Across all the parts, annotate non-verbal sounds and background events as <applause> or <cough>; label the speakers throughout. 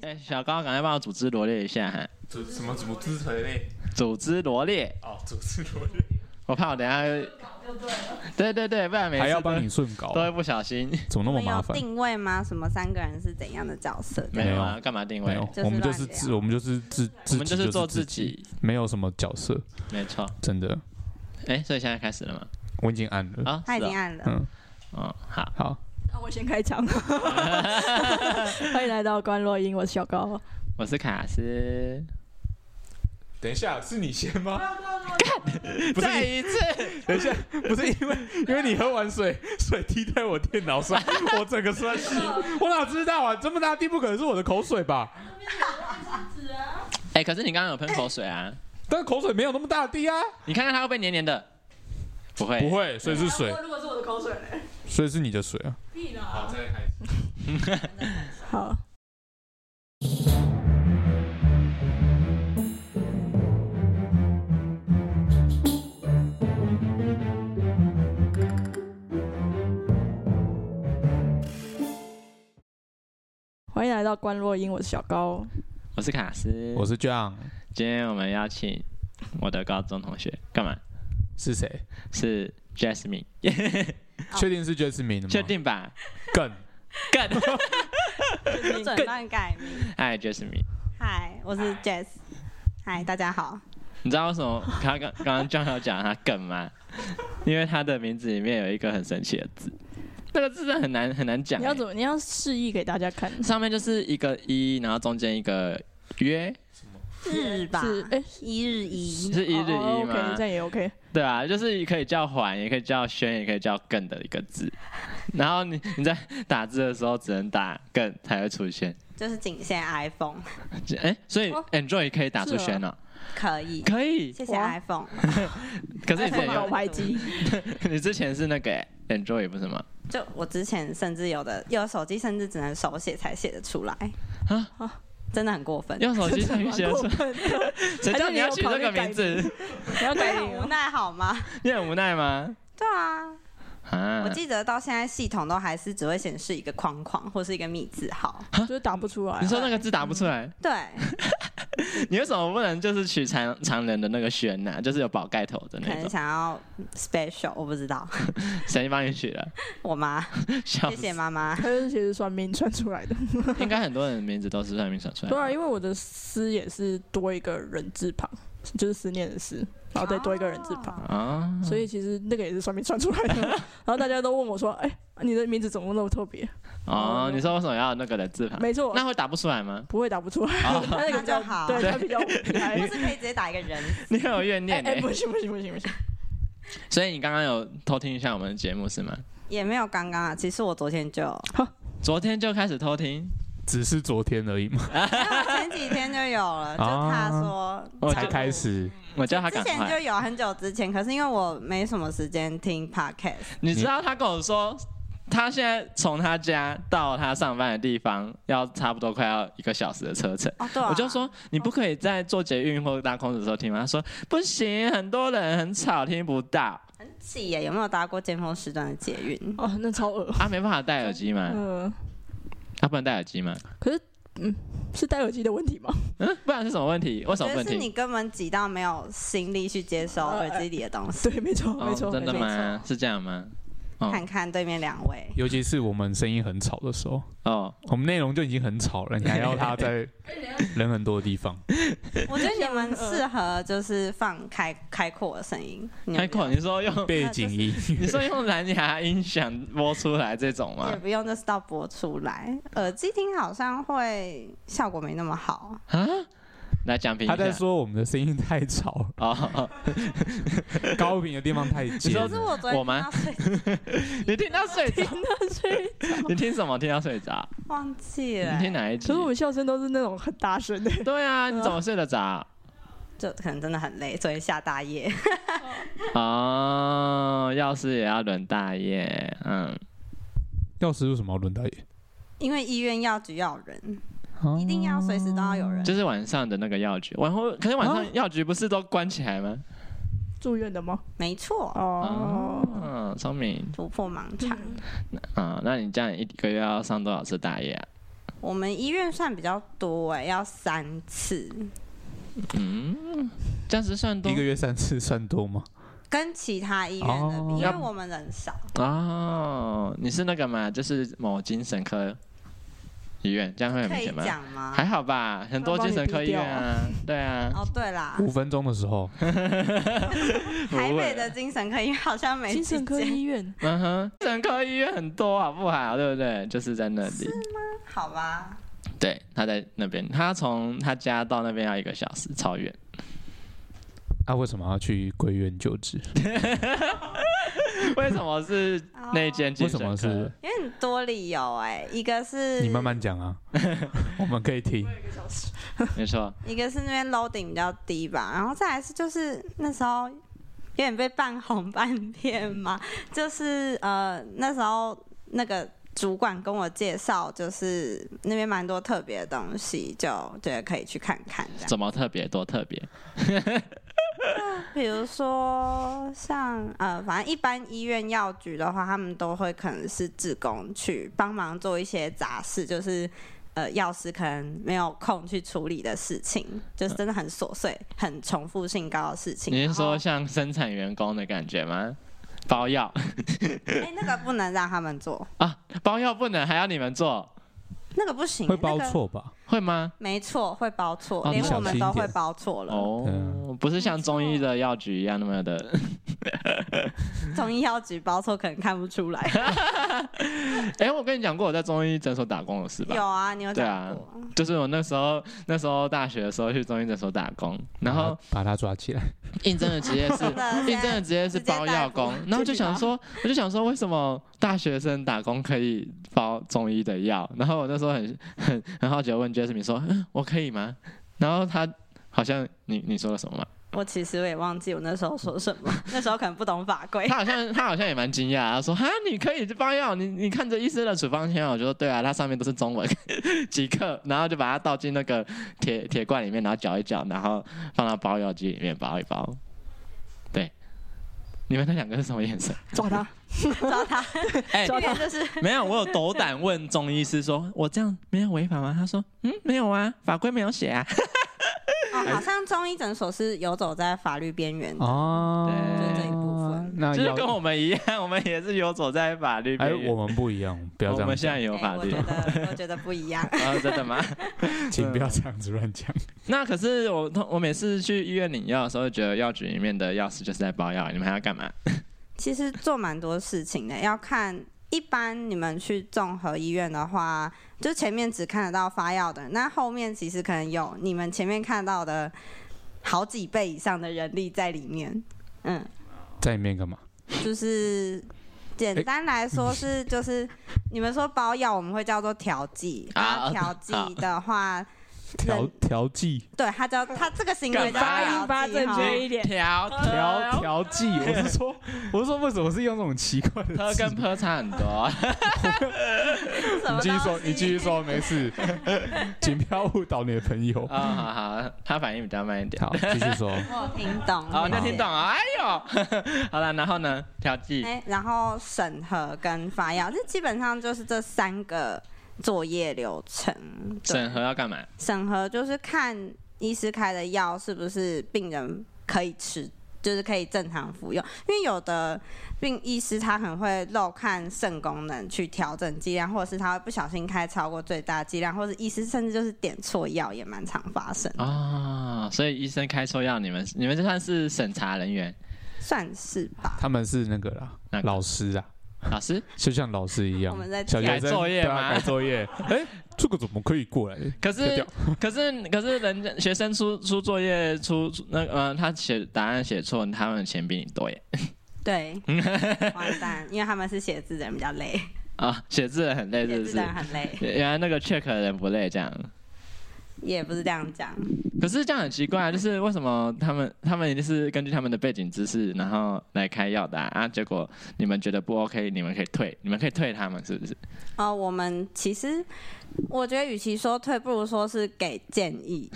Speaker 1: 哎，小高，赶快帮我组织罗列一下哈，
Speaker 2: 组什么组织锤类？
Speaker 1: 组织罗列，
Speaker 2: 哦，组织罗列。
Speaker 1: 我怕我等一下，对对对，不然每次
Speaker 3: 还要
Speaker 1: 都
Speaker 3: 帮你顺搞啊
Speaker 1: 都，会不小心。
Speaker 3: 怎么那么
Speaker 4: 我们
Speaker 3: 麻
Speaker 4: 有
Speaker 3: 烦？
Speaker 4: 定位吗？什么三个人是怎样的角色？
Speaker 1: 没有啊，
Speaker 3: 没
Speaker 1: 干嘛定
Speaker 3: 没
Speaker 1: 位
Speaker 3: 有？，
Speaker 4: 就是
Speaker 3: 我们就
Speaker 4: 乱
Speaker 3: 是
Speaker 4: 聊
Speaker 3: 自，我们就是自，
Speaker 1: 我
Speaker 3: 自
Speaker 1: 们
Speaker 3: 己
Speaker 1: 就是做
Speaker 3: 自
Speaker 1: 自，己，
Speaker 3: 没有什么角色，
Speaker 1: 没错。
Speaker 3: 真的。
Speaker 1: 哎，所以现在开始了吗？
Speaker 3: 我已经按了，
Speaker 1: 啊，
Speaker 4: 他已
Speaker 1: 是
Speaker 4: 经
Speaker 1: 哦
Speaker 4: 按了。
Speaker 3: 嗯，
Speaker 1: 哦，好，
Speaker 3: 好，
Speaker 5: 那我先开场，欢迎来到关洛英，我是小高。
Speaker 1: 我是卡斯，
Speaker 2: 等一下，是你先吗？ <laughs> 不是
Speaker 1: 再一次，
Speaker 2: 等一下，不是因为
Speaker 1: <laughs>
Speaker 2: 因为你喝完水，水滴在我电脑上，我整个酸
Speaker 1: <laughs>
Speaker 2: 醒。我哪知道啊？这么大地不可能是我的口水吧？
Speaker 5: 啊
Speaker 1: 哎，可是你刚刚有喷口水啊，
Speaker 2: 但是口水没有那么大滴啊，
Speaker 1: 你看看它会不会黏黏的？不会，
Speaker 3: 不会，所以是
Speaker 1: 哎
Speaker 3: 水，
Speaker 5: 啊如果是我的口水嘞，
Speaker 3: 所以是你的水啊。
Speaker 5: 必
Speaker 2: 好，
Speaker 5: 啦。
Speaker 2: 再开始。
Speaker 5: 好，欢迎来到关洛英，我是小高。
Speaker 1: 我是卡斯，
Speaker 3: 我是 John，
Speaker 1: 今天我们邀请我的高中同学，干嘛？
Speaker 3: 是谁？
Speaker 1: 是 Jasmine，
Speaker 4: 好
Speaker 3: 确定是 Jasmine
Speaker 1: <laughs>
Speaker 3: 吗？
Speaker 1: 确定吧？
Speaker 3: 梗，
Speaker 1: 干，
Speaker 4: 不准乱改名。
Speaker 1: 嗨 Jasmine，
Speaker 4: 嗨，我是 Jess。嗨，大家好。
Speaker 1: 你知道为什
Speaker 5: <laughs>
Speaker 1: 么他刚刚刚张小讲他梗吗？因为他的名字里面有一个很神奇的字，那个字真的很难很难讲、欸
Speaker 5: 你要怎么？你要示意给大家看？
Speaker 1: 上面就是一个一，然后中间一个约，
Speaker 4: 日吧，
Speaker 5: 是哎，
Speaker 4: 一日一。
Speaker 1: 是一日
Speaker 5: 哦
Speaker 1: 一
Speaker 5: 哦，OK，
Speaker 1: 吗
Speaker 5: 这？样也 OK。
Speaker 1: 对啊，就是可以叫缓，也可以叫轩，也可以叫更的一个字。然后你你在打字的时候，只能打更才会出现。
Speaker 4: 就是仅限 iPhone，
Speaker 1: 哎、所以
Speaker 5: 哦
Speaker 1: Android 可以打出
Speaker 5: 是哦
Speaker 1: 轩哦，
Speaker 4: 可以。
Speaker 1: 可
Speaker 5: <laughs>
Speaker 1: 以。
Speaker 4: 谢谢
Speaker 5: 哇
Speaker 4: iPhone，
Speaker 1: 可是你之前
Speaker 4: 哎
Speaker 5: 老
Speaker 1: 用，
Speaker 5: 牌机，
Speaker 1: 你之前是那个、欸、Android 不是吗？
Speaker 4: 就我之前甚至有的有的手机甚至只能手写才写得出来哦
Speaker 1: 啊
Speaker 4: 真的很过分。
Speaker 1: 用手
Speaker 5: <laughs>
Speaker 1: 机上去写的时候，谁叫你要取这个名字？
Speaker 5: 你要
Speaker 4: 我
Speaker 5: 改
Speaker 4: 也很
Speaker 5: 名
Speaker 4: 无奈好吗？
Speaker 1: <laughs> 你很无奈吗？
Speaker 4: 对啊，
Speaker 1: 啊
Speaker 4: 我，记得到现在系统都还是只会显示一个框框或是一个密字号。
Speaker 5: 就是打不出来啊。
Speaker 1: 你说那个字打不出来，
Speaker 4: 对，
Speaker 1: 你为什么不能就是取常常人的那个轩呐、就是有宝盖头的
Speaker 4: 可
Speaker 1: 那
Speaker 4: 能
Speaker 1: 种，
Speaker 4: 想要 special，我不知道。
Speaker 1: <laughs> 谁帮你取的？
Speaker 4: 我妈，
Speaker 1: 笑
Speaker 4: 谢
Speaker 1: 死！
Speaker 4: 谢妈 <laughs> 妈。
Speaker 5: 他就是其实算命算出来的。
Speaker 1: 应该很多人的名字都是算命算出来
Speaker 5: 对啊，
Speaker 1: 的。
Speaker 5: 因为我的思也是多一个人字旁，就是思念的思，然后再多一个人字旁。
Speaker 1: 啊，
Speaker 5: 所以其实那个也是算命算出来的，
Speaker 1: <laughs>
Speaker 5: 然后大家都问我说：“哎、你的名字怎么那么特别
Speaker 1: 哦，你说为什么要那个的字？”旁？
Speaker 5: 没错，
Speaker 1: 啊那会打不出来吗？
Speaker 5: 不会打不出来，他那个比
Speaker 4: 那
Speaker 5: 较
Speaker 4: 就好
Speaker 5: 对他比较厉害。
Speaker 4: 或是可以直接打一个人，
Speaker 1: <laughs> 你很有怨
Speaker 5: 哎
Speaker 1: 念
Speaker 5: 哎，
Speaker 1: 哎。
Speaker 5: 不行不行不行不行，
Speaker 1: 所以你刚刚有偷听一下我们的节目是吗？
Speaker 4: 也没有刚刚啊。其实我昨天就， <laughs>
Speaker 1: 昨天就开始偷听，
Speaker 3: 只是昨天而已嘛，
Speaker 4: 前几天就有了，就
Speaker 3: 啊
Speaker 4: 他说
Speaker 1: 我
Speaker 3: 才
Speaker 1: 哦就嗯
Speaker 3: 开始。
Speaker 1: 我叫他赶
Speaker 4: 之前就
Speaker 1: 快。
Speaker 4: 有很久之前，可是因为我没什么时间听 podcast，
Speaker 1: 你知道他跟我说，他现在从他家到他上班的地方要差不多快要一个小时的车程。
Speaker 4: 哦对、啊，
Speaker 1: 我就说你不可以在坐捷运或搭空的时候听吗？他说不行，很多人很吵，听不到
Speaker 4: 很挤耶，有没有搭过尖峰时段的捷
Speaker 1: 嗯
Speaker 4: 运？
Speaker 5: 哦，那超恶。
Speaker 1: 啊，没办法戴耳机嘛，
Speaker 5: 嗯、
Speaker 1: 他、不能戴耳机嘛，
Speaker 5: 是戴耳机的问题吗？ <laughs>
Speaker 1: 嗯，不然是什么问题？为什么
Speaker 4: 觉
Speaker 1: 不能
Speaker 4: 得是
Speaker 1: 听？
Speaker 4: 你根本挤到哦没有心力去接收耳机里的东西。
Speaker 5: 对，没错没错、
Speaker 1: 哦，真的
Speaker 5: 没错
Speaker 1: 吗？是这样吗？哦
Speaker 4: 看看对面两位，
Speaker 3: 尤其是我们声音很吵的时候，
Speaker 1: 哦，
Speaker 3: 我们内容就已经很
Speaker 1: <laughs>
Speaker 3: 吵了，你还要他在人很多的地方，
Speaker 4: 我觉得你们适合就是放开开阔的声音，你们
Speaker 1: 开哎口，你说用 <laughs>
Speaker 3: 背景音
Speaker 1: 你说用蓝牙音响播出来这种
Speaker 4: 也
Speaker 1: 吗？
Speaker 5: 嗯
Speaker 4: 不用就是到播出来，耳机听好像会效果没那么好。
Speaker 1: 啊，来讲评
Speaker 3: 他
Speaker 1: <laughs>
Speaker 3: 在
Speaker 1: 一下。
Speaker 3: 说我们的声音太吵 <laughs> 了，
Speaker 1: 哦，哦 <laughs>
Speaker 3: 高频的地方太尖
Speaker 4: 可是
Speaker 3: 了。
Speaker 4: 我昨天
Speaker 1: 我吗
Speaker 4: 听到睡
Speaker 1: 你听到睡着？
Speaker 5: 所以
Speaker 1: 你听什么？听到睡着？
Speaker 4: 忘记了
Speaker 1: 你，听哪一
Speaker 5: <laughs> 可
Speaker 1: 集
Speaker 5: 是？我嗯们笑声都是那种很大声的。
Speaker 1: 对啊，你怎么睡得着？
Speaker 4: 就可能真的很累，昨天下大夜。 <laughs>
Speaker 1: 哦，药师也要轮大夜，嗯，
Speaker 3: 药师为什么要轮到也？
Speaker 4: 因为医院药局要人，一定要随时都要有人。
Speaker 1: 哦就是晚上的那个药局，晚后可是晚
Speaker 3: 啊
Speaker 1: 上药局不是都关起来吗？
Speaker 5: 住院的吗？
Speaker 4: 没错，
Speaker 5: 哦，
Speaker 1: 嗯，聪明
Speaker 4: 突破盲肠。
Speaker 1: 啊、那你这样一个月要上多少次大夜啊？
Speaker 4: 我们医院算比较多哎、要三次，
Speaker 1: 嗯，这样子算多
Speaker 3: 一个月三次算多吗？
Speaker 4: 跟其他医院的比，
Speaker 3: 哦
Speaker 4: 因为我们人少。
Speaker 1: 哦。你是那个嘛？就是某精神科医院，这样会很
Speaker 4: 可
Speaker 1: 明
Speaker 4: 以
Speaker 1: 显吗？
Speaker 4: 讲啊吗？
Speaker 1: 还好吧，很多精神科医院啊，对啊，
Speaker 4: 哦，对啦，
Speaker 3: 五分钟的时候，
Speaker 1: 不
Speaker 4: 台北
Speaker 1: 会
Speaker 4: 的精神科医院好像没
Speaker 5: 精
Speaker 4: 几
Speaker 5: 神科
Speaker 4: 间，
Speaker 5: 医院
Speaker 1: 嗯哼，精神科医院很多好不好？对不对？就是在那里，
Speaker 4: 好吧？
Speaker 1: 对，他在那边，他从他家到那边要一个小时，超远。
Speaker 3: 那、啊为什么要去归院就职？
Speaker 1: 为什么
Speaker 4: <laughs>
Speaker 1: 是
Speaker 4: 哦
Speaker 1: 那间精
Speaker 3: 为
Speaker 1: 神
Speaker 3: 什
Speaker 1: 科？呃
Speaker 3: 么是？
Speaker 4: 因为很多理由哎、一个是
Speaker 3: 你慢慢
Speaker 1: <laughs>
Speaker 3: 讲啊，我们可以听。
Speaker 1: 没错，
Speaker 4: 一个是那边 loading 比较低吧，然后再来是就是那时候有点被半红半骗嘛， <laughs> 就是呃那时候那个主管跟我介绍，就是那边蛮多特别的东西，就觉得可以去看看这样。
Speaker 1: 怎么特别多特别？
Speaker 4: 比如说像呃，反正一般医院药局的话，他们都会可能是志工去帮忙做一些杂事，就是。呃，药师可能没有空去处理的事情，就是真的很琐碎、很重复性高的事情。
Speaker 1: 你是
Speaker 4: 然后
Speaker 1: 说像生产员工的感觉吗？包药 <laughs>
Speaker 4: 哎、那个不能让他们做，
Speaker 1: 啊，包药不能还要你们做，
Speaker 4: 那个不行，
Speaker 3: 会包
Speaker 4: 那个
Speaker 3: 错吧？
Speaker 1: 会吗？
Speaker 4: 没错，会包错，
Speaker 1: 哦你
Speaker 4: 连我
Speaker 1: 小
Speaker 4: 们
Speaker 3: 心
Speaker 4: 都
Speaker 3: 一点
Speaker 4: 会包错了。
Speaker 1: 哦，不是像中医的药局一样那么的，
Speaker 4: <laughs> 中医药局包错可能看不出来。
Speaker 1: <laughs> 哎、我跟你讲过我在中医诊所打工的事吧？
Speaker 4: 有啊，你有
Speaker 1: 对
Speaker 4: 讲
Speaker 1: 啊
Speaker 4: 过。
Speaker 1: 就是我那时候那时候大学的时候去中医诊所打工，然后
Speaker 3: 把他把他
Speaker 1: <laughs>
Speaker 3: 抓起来，
Speaker 1: 应征的职业是
Speaker 4: 真的
Speaker 1: 应征的职业是包药工
Speaker 4: 直接逮，捕
Speaker 1: 然后就想说，我就想说，为什么大学生打工可以包中医的药？然后我那时候很很很好奇的问 Jasmine 说、嗯我可以吗？然后他好像你你说了什么嘛？
Speaker 4: 我其实我也忘记我那时候说什么，那时候可能不懂法规
Speaker 1: 他。好像他好像也蛮惊讶，啊他说哈，你可以包药，你你看着医生的处方签啊，我就说对啊，它上面都是中文 <laughs> 即刻，然后就把它倒进那个铁铁罐里面，然后搅一搅，然后放到包药机里面包一包。对，你们那两个是什么眼神？
Speaker 5: 抓他，
Speaker 4: 抓他，
Speaker 1: <laughs> 哎
Speaker 4: 这边就是
Speaker 1: 没有，我有斗胆问中医师说，我这样没有违法吗？他说，嗯，没有啊，法规没有写啊。
Speaker 4: 哦，好像中医诊所是游走在法律边缘的。
Speaker 3: 哦
Speaker 1: 对就这
Speaker 4: 一部分
Speaker 3: 那
Speaker 1: <laughs> 就是
Speaker 3: 要
Speaker 1: 跟我们一样， <laughs> 我们也是游走在法律边
Speaker 3: 啊哎，
Speaker 1: 缘。
Speaker 3: 我们不一样，不要
Speaker 1: 我
Speaker 3: 这样
Speaker 1: 们现
Speaker 3: 讲
Speaker 1: 在，也有
Speaker 4: 哎
Speaker 1: 法
Speaker 4: 我
Speaker 1: 律 <laughs>
Speaker 4: 觉得 <laughs> 我觉得不一样。
Speaker 1: 啊，真的吗？ <laughs>
Speaker 3: 请
Speaker 1: 嗯
Speaker 3: 不要这样子乱讲。
Speaker 1: 那可是我通我每次去医院领药的时候，觉得药局里面的药师就是在包药，你们还要
Speaker 4: <laughs>
Speaker 1: 干嘛？
Speaker 4: 其实做蛮多事情的，要看一般你们去综合医院的话，就前面只看得到发药的，那后面其实可能有你们前面看到的好几倍以上的人力在里面。嗯，
Speaker 3: 在里面干嘛？
Speaker 4: 就是简单来说是就是你们说包药，我们会叫做调剂，
Speaker 1: 啊
Speaker 4: 啊，调剂的话，
Speaker 3: 调调剂，
Speaker 4: 对，它叫它这个行为叫
Speaker 1: 干
Speaker 5: 嘛
Speaker 4: 调剂
Speaker 5: 发音发正
Speaker 4: 哈
Speaker 5: 确一点
Speaker 1: 调
Speaker 3: 调调剂。我是说，我是说，为什么是用这种奇怪的
Speaker 1: 喝
Speaker 3: 字？
Speaker 1: 跟喝差很多， <laughs>
Speaker 4: 什么
Speaker 3: 你继续说，
Speaker 4: 东西
Speaker 3: 你继续说，没事，请不要误导你的朋友。
Speaker 1: 啊、好好，他反应比较慢一点。
Speaker 3: 好，继续说。
Speaker 4: 我有听懂，
Speaker 1: 好，那
Speaker 4: 谢谢
Speaker 1: 听懂啊？哎呦， <laughs> 好了，然后呢？调剂
Speaker 4: 哎、然后审核跟发药，这基本上就是这三个作业流程。对
Speaker 1: 审核要干嘛？
Speaker 4: 审核就是看医师开的药是不是病人可以吃，就是可以正常服用。因为有的病医师他很会漏看肾功能去调整剂量，或者是他会不小心开超过最大剂量，或者医师甚至就是点错药，也蛮常发生。
Speaker 1: 哦，所以医生开错药，你们你们就算是审查人员，
Speaker 4: 算是吧。
Speaker 3: 他们是那个啦
Speaker 1: 哪，个
Speaker 3: 老师啊，
Speaker 1: 老师
Speaker 3: <laughs> 就像老师一样
Speaker 4: 我们在，
Speaker 3: 小学
Speaker 1: 改
Speaker 3: 生
Speaker 1: 作业
Speaker 3: 对啊
Speaker 1: 吗
Speaker 3: 改作业。哎，这个怎么可以过来？
Speaker 1: 可
Speaker 3: 丢
Speaker 1: 是
Speaker 3: 掉
Speaker 1: <laughs> 可是可是人家学生出出作业出出那呃，他写答案写错，他们钱比你多耶。
Speaker 4: 对，完蛋，因为他们是写字的人比较
Speaker 1: <laughs>
Speaker 4: 累，
Speaker 1: 啊，写字人很累是
Speaker 4: 写
Speaker 1: 不
Speaker 4: 字
Speaker 1: 是
Speaker 4: 的？啊人很累，
Speaker 1: 原来那个 check 的人不累这样，
Speaker 4: 也不是这样讲。
Speaker 1: 可是这样很奇怪、啊，就是为什么他们他们一定是根据他们的背景知识，然后来开药的啊？啊结果你们觉得不 OK，你们可以退，你们可以退他们是不是？
Speaker 4: 哦，我们其实我觉得，与其说退，不如说是给建议。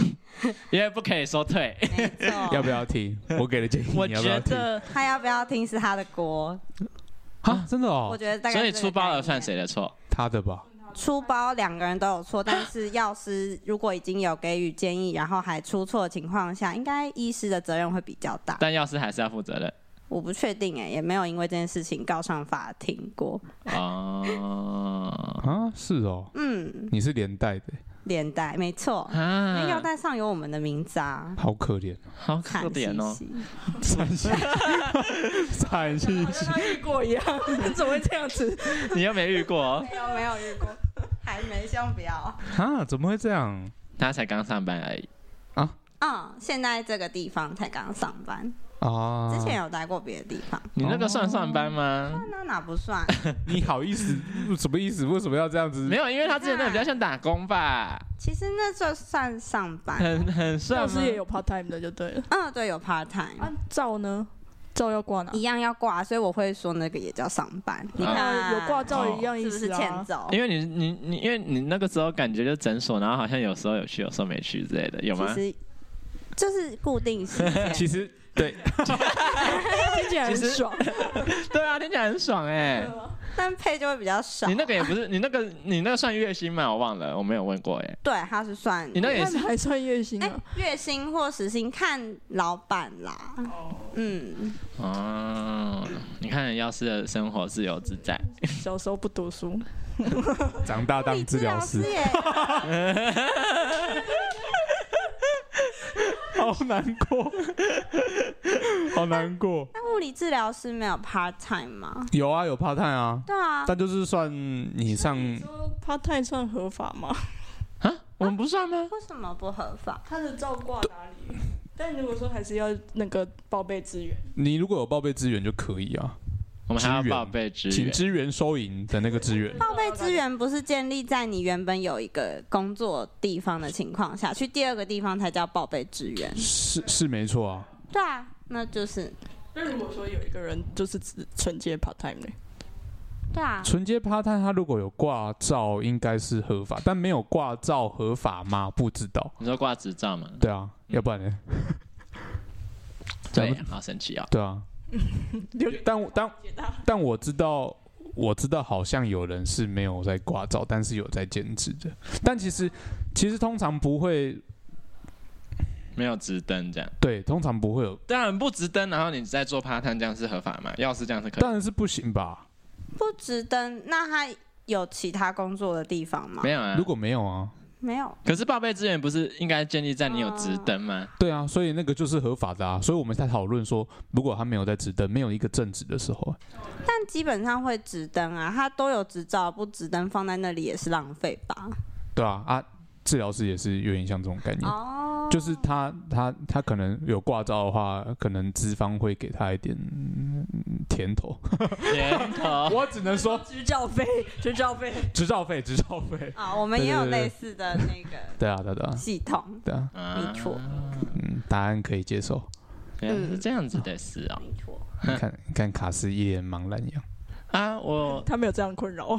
Speaker 1: 因为不可以说退，
Speaker 4: 没
Speaker 3: 要
Speaker 1: <laughs>
Speaker 4: 错，
Speaker 3: 不要听？我给的建议，
Speaker 1: 我
Speaker 3: <laughs> 你要不要
Speaker 1: 觉
Speaker 3: 听？
Speaker 1: 得，
Speaker 4: 他要不要听是他的锅。
Speaker 3: 啊，真的
Speaker 4: 我
Speaker 3: 哦，
Speaker 4: 觉得大概
Speaker 1: 所
Speaker 4: 是
Speaker 1: 以
Speaker 4: 这个
Speaker 1: 出包了
Speaker 4: 概念
Speaker 1: 算谁？的错？
Speaker 3: 他的吧，
Speaker 4: 出包两个人都
Speaker 1: <laughs>
Speaker 4: 有错，但是药师如果已经有给予建议，然后还出错的情况下，应该医师的责任会比较大。
Speaker 1: 但药师还是要负责的。
Speaker 4: 我不确定哎、也没有因为这件事情告上法庭过。
Speaker 1: 哦
Speaker 3: 啊，是哦，
Speaker 4: 嗯，
Speaker 3: 你是连带的，
Speaker 4: 连带没错，因为药
Speaker 1: 啊，
Speaker 4: 袋上有我们的名字啊。
Speaker 3: 好可怜，
Speaker 1: 好可
Speaker 4: 惨兮
Speaker 1: 怜哦。
Speaker 4: 兮，
Speaker 3: 惨兮惨兮
Speaker 5: 好像他遇过一样， <laughs> 怎么会这样子？
Speaker 1: 你又没遇过哦，
Speaker 4: 没有没有遇过，还没，希望不要。
Speaker 3: 啊，怎么会这样？
Speaker 1: 他才刚上班而已。
Speaker 4: 嗯，现在这个地方才刚上班，
Speaker 1: 哦
Speaker 3: 啊，
Speaker 4: 之前有待过别的地方，
Speaker 1: 你那个算上班吗？
Speaker 4: 那哪不算？
Speaker 3: 你好意思？什么意思？为什么要这样子？。
Speaker 1: 没有，因为他之前那个比较像打工吧，
Speaker 4: 其实那就算上班。
Speaker 1: 很很
Speaker 5: 教
Speaker 1: 算
Speaker 4: 啊
Speaker 1: 吗
Speaker 5: 师？也有 part time 的就对了。
Speaker 4: 嗯，对，有 part time，、
Speaker 5: 啊，照呢？照要挂哪？
Speaker 4: 一样要挂，所以我会说那个也叫上班。你看，
Speaker 5: 啊有挂照一样意
Speaker 4: 是不是
Speaker 5: 思
Speaker 4: 欠
Speaker 5: 啊。
Speaker 4: 揍？
Speaker 1: 因为你你你，因为你那个时候感觉就诊所，然后好像有时候有去，有时候没去之类的，有吗？
Speaker 4: 其实就是固定时
Speaker 1: <laughs>
Speaker 4: 间
Speaker 3: 其实对，
Speaker 5: 听起来很
Speaker 1: 其实
Speaker 4: <laughs>
Speaker 5: 爽。
Speaker 1: 对啊，听起来很爽哎、
Speaker 4: 但配就会比较少。
Speaker 1: 你那个也不是，你那个你那个算月薪吗？我忘了，我没有问过哎、
Speaker 4: 对，它是算
Speaker 1: 你那个也
Speaker 5: 那
Speaker 1: 是
Speaker 5: 还算月薪
Speaker 4: 哎、
Speaker 5: 啊？
Speaker 4: 月薪或时薪看老板啦。嗯，
Speaker 1: 哦，你看药师的生活自由自在，
Speaker 4: 哎
Speaker 5: 小时候不读书，
Speaker 3: 长大当治疗师，
Speaker 4: 也
Speaker 3: 好难过，好难过。
Speaker 4: 那物理治疗师没有 part time 吗？
Speaker 3: 有啊，有 part time 啊，
Speaker 4: 对啊，
Speaker 3: 但就是算你上
Speaker 4: 嗯
Speaker 5: 说 part time 算合法吗？
Speaker 1: 我们不算吗？
Speaker 4: 为什么不合法？
Speaker 5: 他的照挂哪里？但如果说还是要那个报备资源，
Speaker 3: 你如果有报备资源就可以啊，
Speaker 1: 我们还要
Speaker 3: 支援
Speaker 1: 报备支
Speaker 3: 请
Speaker 1: 援。
Speaker 3: 支援收银的那个资源。
Speaker 4: 报备资源不是建立在你原本有一个工作地方的情况下，去第二个地方才叫报备资源。
Speaker 3: 是是没错啊，
Speaker 4: 对啊，那就是
Speaker 5: 那如果说有一个人就是只纯接 part time 呢？
Speaker 4: 对啊，
Speaker 3: 纯接 part time 他如果有挂照应该是合法，但没有挂照合法吗？不知道。
Speaker 1: 你说挂执照吗？
Speaker 3: 对啊，要不然呢？
Speaker 1: 对
Speaker 3: 咱，
Speaker 1: 好神奇哦。
Speaker 3: 对 <laughs> 啊，但我但但我知道，我知道好像有人是没有在挂照，但是有在兼职的。但其实其实通常不会，
Speaker 1: 没有直登这样，
Speaker 3: 对，通常不会有，
Speaker 1: 当然不直登，然后你再做趴摊，这样是合法吗？要是这样是可以，
Speaker 3: 当然是不行吧？
Speaker 4: 不值登。那他有其他工作的地方吗？
Speaker 1: 没有啊
Speaker 3: 如。果没有啊，
Speaker 4: 没有，
Speaker 1: 可是报备资源不是应该建立在你有直登吗？
Speaker 3: 对啊，所以那个就是合法的啊。所以我们在讨论说，如果他没有在职的，没有一个正职的时候，
Speaker 4: 但基本上会值登啊，他都有执照，不值登放在那里也是浪费吧？
Speaker 3: 对啊啊，治疗师也是有点像这种概念。
Speaker 4: 哦，
Speaker 3: 就是他他他可能有挂照的话，可能资方会给他一点嗯甜头。
Speaker 1: 甜头，
Speaker 3: 我只能
Speaker 4: 哦
Speaker 3: 说
Speaker 5: 执照费，执照费，
Speaker 3: 执照费，执照费。
Speaker 4: 啊，我们也有
Speaker 3: 对对对
Speaker 4: 类似的那个
Speaker 3: <laughs> 对啊，对啊，对啊，
Speaker 4: 系
Speaker 1: <laughs>
Speaker 4: 统，
Speaker 3: 对啊，
Speaker 1: 啊
Speaker 4: <laughs> 没错，
Speaker 3: 嗯，答案可以接受。 <laughs>
Speaker 1: 原来是这样子的事哦。
Speaker 4: 没错。
Speaker 3: 你看，你看卡斯一脸茫然一样。
Speaker 1: 啊，我
Speaker 5: 他没有这样困扰。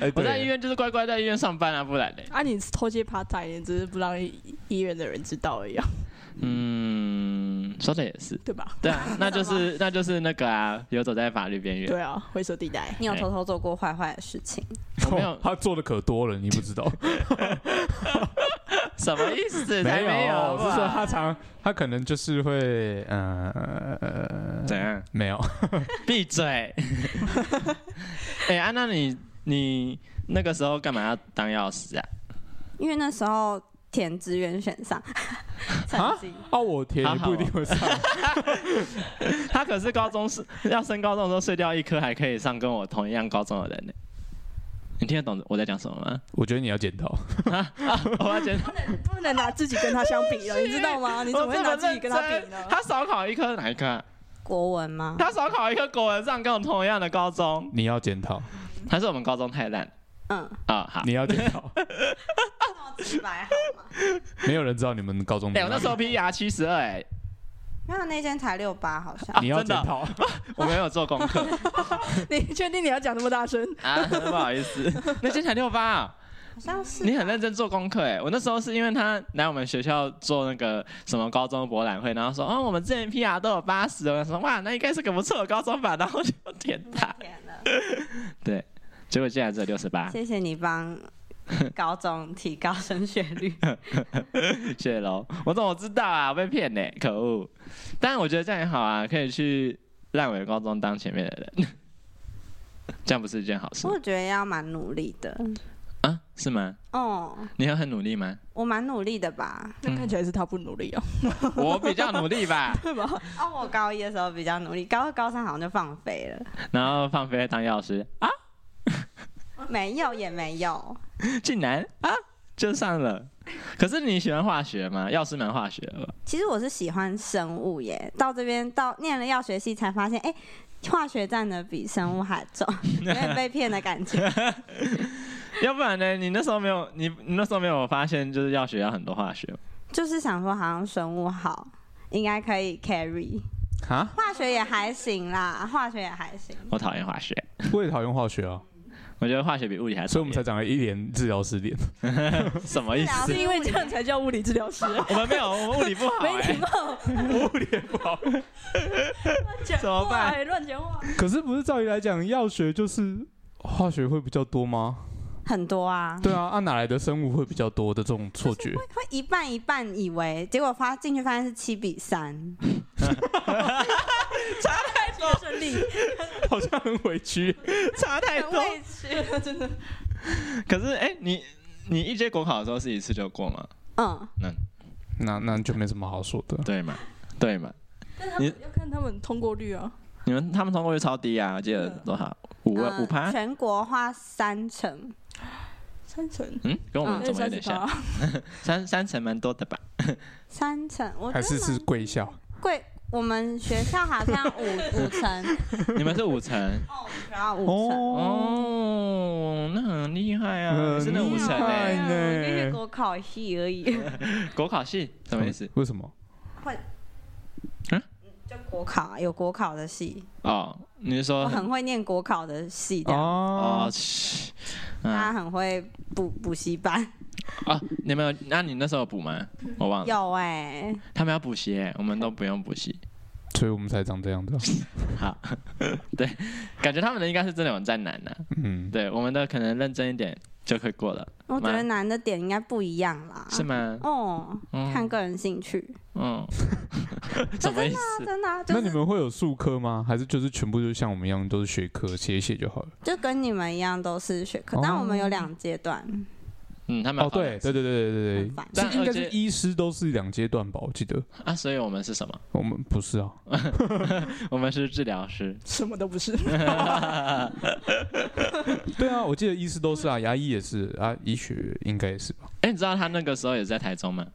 Speaker 3: 哎，
Speaker 1: 我在医，院就是乖乖在医院上班啊，不然嘞，
Speaker 5: <laughs> 啊，你偷接 part time，你只是不让医医院的人知道而已、啊，
Speaker 1: 嗯，说的也是，
Speaker 5: 对吧？
Speaker 1: 对 <laughs> 啊，那就是那就是那个啊，游走在法律边缘。
Speaker 5: 对啊，灰色地带。
Speaker 1: 哎
Speaker 4: 你有偷偷做过坏坏的事情？
Speaker 1: 我没 <laughs> 有
Speaker 3: <laughs> 他做的可多了，你不知
Speaker 1: <laughs>
Speaker 3: 道。
Speaker 1: 什么意思？才没有，好
Speaker 3: 我
Speaker 1: 不
Speaker 3: 是
Speaker 1: 好
Speaker 3: 说他常，他可能就是会，呃，
Speaker 1: 怎样？
Speaker 3: 没 <laughs> 有，
Speaker 1: 闭嘴！ <laughs> 哎、安、娜，你你那个时候干嘛要当药师啊？
Speaker 4: 因为那时候填志愿选上， <laughs> 成绩
Speaker 3: 哦，我天，
Speaker 1: 好
Speaker 3: 也
Speaker 1: 好哦
Speaker 3: 不一定会上。
Speaker 1: 他可是高中是 <laughs> 要升高中的时候睡掉一颗，还可以上跟我同一样高中的人呢、你听得懂我在讲什么 <laughs> 吗？
Speaker 3: <laughs> 我觉得你要检讨。
Speaker 1: 我要觉得
Speaker 5: 不能拿啊自己跟他相比 <laughs> 了，你知道吗？你怎么会拿自己跟他比呢？
Speaker 1: 他少考一科哪一科啊、
Speaker 4: 国文吗？
Speaker 1: 他少考一科国文上跟我同样的高中，
Speaker 3: 你要检讨，
Speaker 1: 还是我们高中太烂
Speaker 4: 嗯，
Speaker 1: 啊、好，
Speaker 3: 你要检
Speaker 1: <laughs>
Speaker 3: 讨。
Speaker 4: 直哦白好吗？
Speaker 3: 没有人知道你们高中
Speaker 1: 哎、
Speaker 3: 怎
Speaker 1: 我那
Speaker 3: 么样
Speaker 1: 时候 P R 七十二，哎，
Speaker 4: 没有，那间才六八，好像。
Speaker 3: 你要
Speaker 1: 真的
Speaker 3: 检讨。
Speaker 1: <laughs> 我没有做功课 <laughs>
Speaker 5: 你确定你要讲那么大声？
Speaker 1: 啊，不好意思。那今天才六八、啊。
Speaker 4: 好像
Speaker 1: <laughs>
Speaker 4: 是
Speaker 1: 你很认真做功课哎，我那时候是因为他来我们学校做那个什么高中博览会，然后说哦，我们之前 PR 都有八 <laughs> 十，我想说哇，那应该是个不错的高中吧，然后就点他。
Speaker 4: 填了。
Speaker 1: 对，结果竟然只有六十八，
Speaker 4: 谢谢你帮高中提高升学率。
Speaker 1: 谢谢喽。我怎么知道啊？我被骗呢、可恶！但我觉得这样也好啊，可以去烂尾高中当前面的人，这样不是一件好事
Speaker 4: <laughs> 我觉得要蛮努力的，
Speaker 1: 啊？是吗？
Speaker 4: 哦，
Speaker 1: 你有很努力吗？
Speaker 4: 我蛮努力的吧？
Speaker 5: <laughs> 那看起来是他不努力哦，
Speaker 1: 我比较努力吧。
Speaker 5: 对吧？
Speaker 4: 哦，我高一的时候比较努力，高二、高三好像就放飞了，
Speaker 1: 然后放飞当药师，
Speaker 4: 没有也没有，
Speaker 1: 竟然啊就上了。可是你喜欢化学吗？药师蛮化学哦的吧？
Speaker 4: 其实我是喜欢生物耶，到这边到念了药学系才发现，哎、化学占的比生物还 <laughs> 重，有点被骗的感觉。
Speaker 1: 要不然呢？你那时候没有你你那时候没有发现就是药学要很多化学吗
Speaker 4: 就是想说，好像生物好，应该可以 carry。
Speaker 3: 啊，
Speaker 4: 化学也还行 <laughs> 啦，化学也还行。
Speaker 1: 我讨厌化学，
Speaker 3: 我也讨厌化学啊，
Speaker 1: 我觉得化学比物理还讨厌
Speaker 3: 所以我们才长了一脸治疗师脸。
Speaker 1: 什么意思？
Speaker 5: <laughs> 是啊因为这样才叫物理治疗师， <laughs>
Speaker 1: 我们没有，我们物理不好、
Speaker 5: 没礼
Speaker 1: 欸，
Speaker 5: 貌，
Speaker 1: 物理不好。
Speaker 5: 乱讲
Speaker 1: 怎么办
Speaker 5: 话，哎乱讲话。
Speaker 3: <laughs> 可是不是照理来讲，药学就是化学会比较多吗？
Speaker 4: 很多啊，
Speaker 3: 对啊，啊哪来的生物会比较多的这种错觉？
Speaker 4: 会一半一半以为，结果发进去发现是七比三。
Speaker 5: 开启了胜利， <laughs>
Speaker 3: 好像很委屈。 <laughs>
Speaker 1: 差太多。
Speaker 4: 委屈，真的。
Speaker 1: <laughs> 可是哎、你你一届国考的时候是一次就过吗？
Speaker 4: 嗯，
Speaker 3: 那那就没什么好说的。
Speaker 1: 对吗？对吗？
Speaker 5: 但他
Speaker 1: 你
Speaker 5: 们要看他们通过率啊。
Speaker 1: 你们他们通过率超低啊，我记得
Speaker 5: 嗯
Speaker 1: 多少？五啊
Speaker 4: 呃
Speaker 1: 五趴？
Speaker 4: 全国化三成，
Speaker 5: 三成，
Speaker 1: 嗯，跟我们
Speaker 5: 那
Speaker 1: 怎
Speaker 5: 是
Speaker 1: 么有
Speaker 5: 三十
Speaker 1: 点像？
Speaker 5: 八，
Speaker 1: 三三成蛮多的吧？
Speaker 4: 三成，我觉
Speaker 3: 还是
Speaker 4: 得
Speaker 3: 是
Speaker 4: 蛮
Speaker 3: 贵校，
Speaker 4: 贵。我们学校好像
Speaker 1: <laughs>
Speaker 4: 五五成，
Speaker 1: 你们是五成
Speaker 4: 哦，然后五成，
Speaker 1: 哦，那很厉害啊！
Speaker 3: 嗯
Speaker 1: 你是那五成
Speaker 3: 厉害
Speaker 1: 哎、
Speaker 3: 呢
Speaker 4: 对啊我就是国考系而已，
Speaker 1: 国考系什么意思？？
Speaker 3: 为什么？
Speaker 4: 就国考啊有国考的系，
Speaker 1: 哦，你是说
Speaker 4: 我很会念国考的系的，
Speaker 1: 哦
Speaker 3: 哦，，
Speaker 1: 嘘
Speaker 4: 他
Speaker 1: 嗯
Speaker 4: 很会补补习班，
Speaker 1: 啊，你们有？那你那时候有补吗？我忘了，
Speaker 4: 有哎，
Speaker 1: 他们要补习、欸，我们都不用补习。
Speaker 3: 所以我们才长这
Speaker 1: <laughs>
Speaker 3: 样子啊。
Speaker 1: 好，对，感觉他们的应该是真的有在难呢、啊
Speaker 3: 嗯，
Speaker 1: 对，我们的可能认真一点就会过了，
Speaker 4: 我觉
Speaker 1: 蛮
Speaker 4: 得难的点应该不一样啦，
Speaker 1: 是吗？
Speaker 4: 啊哦，
Speaker 1: 嗯
Speaker 4: 看个人兴趣， <laughs>
Speaker 1: 嗯，什么意思？
Speaker 4: 真的啊就
Speaker 3: 那你
Speaker 4: 是
Speaker 3: 们会有数科吗？还是就是全部就像我们一样都是学科写一写就好了？
Speaker 4: 就跟你们一样都是学科，
Speaker 3: 哦
Speaker 4: 但我们有两阶段，
Speaker 1: 嗯，他们
Speaker 3: 哦，对对对对对对
Speaker 4: 很烦。
Speaker 1: 但
Speaker 3: 对，应该是
Speaker 1: 而且
Speaker 3: 医师都是两阶段吧？我记得
Speaker 1: 啊，所以我们是什么？
Speaker 3: 我们不
Speaker 1: <laughs>
Speaker 3: 是啊，
Speaker 1: 我们是治疗 <laughs> 师。
Speaker 5: 什么都不是。
Speaker 1: 哎
Speaker 3: 对啊，我记得医师都是啊，牙医也是啊，医学应该也是吧？
Speaker 1: 哎，你知道他那个时候也是在台中吗？
Speaker 3: 嗯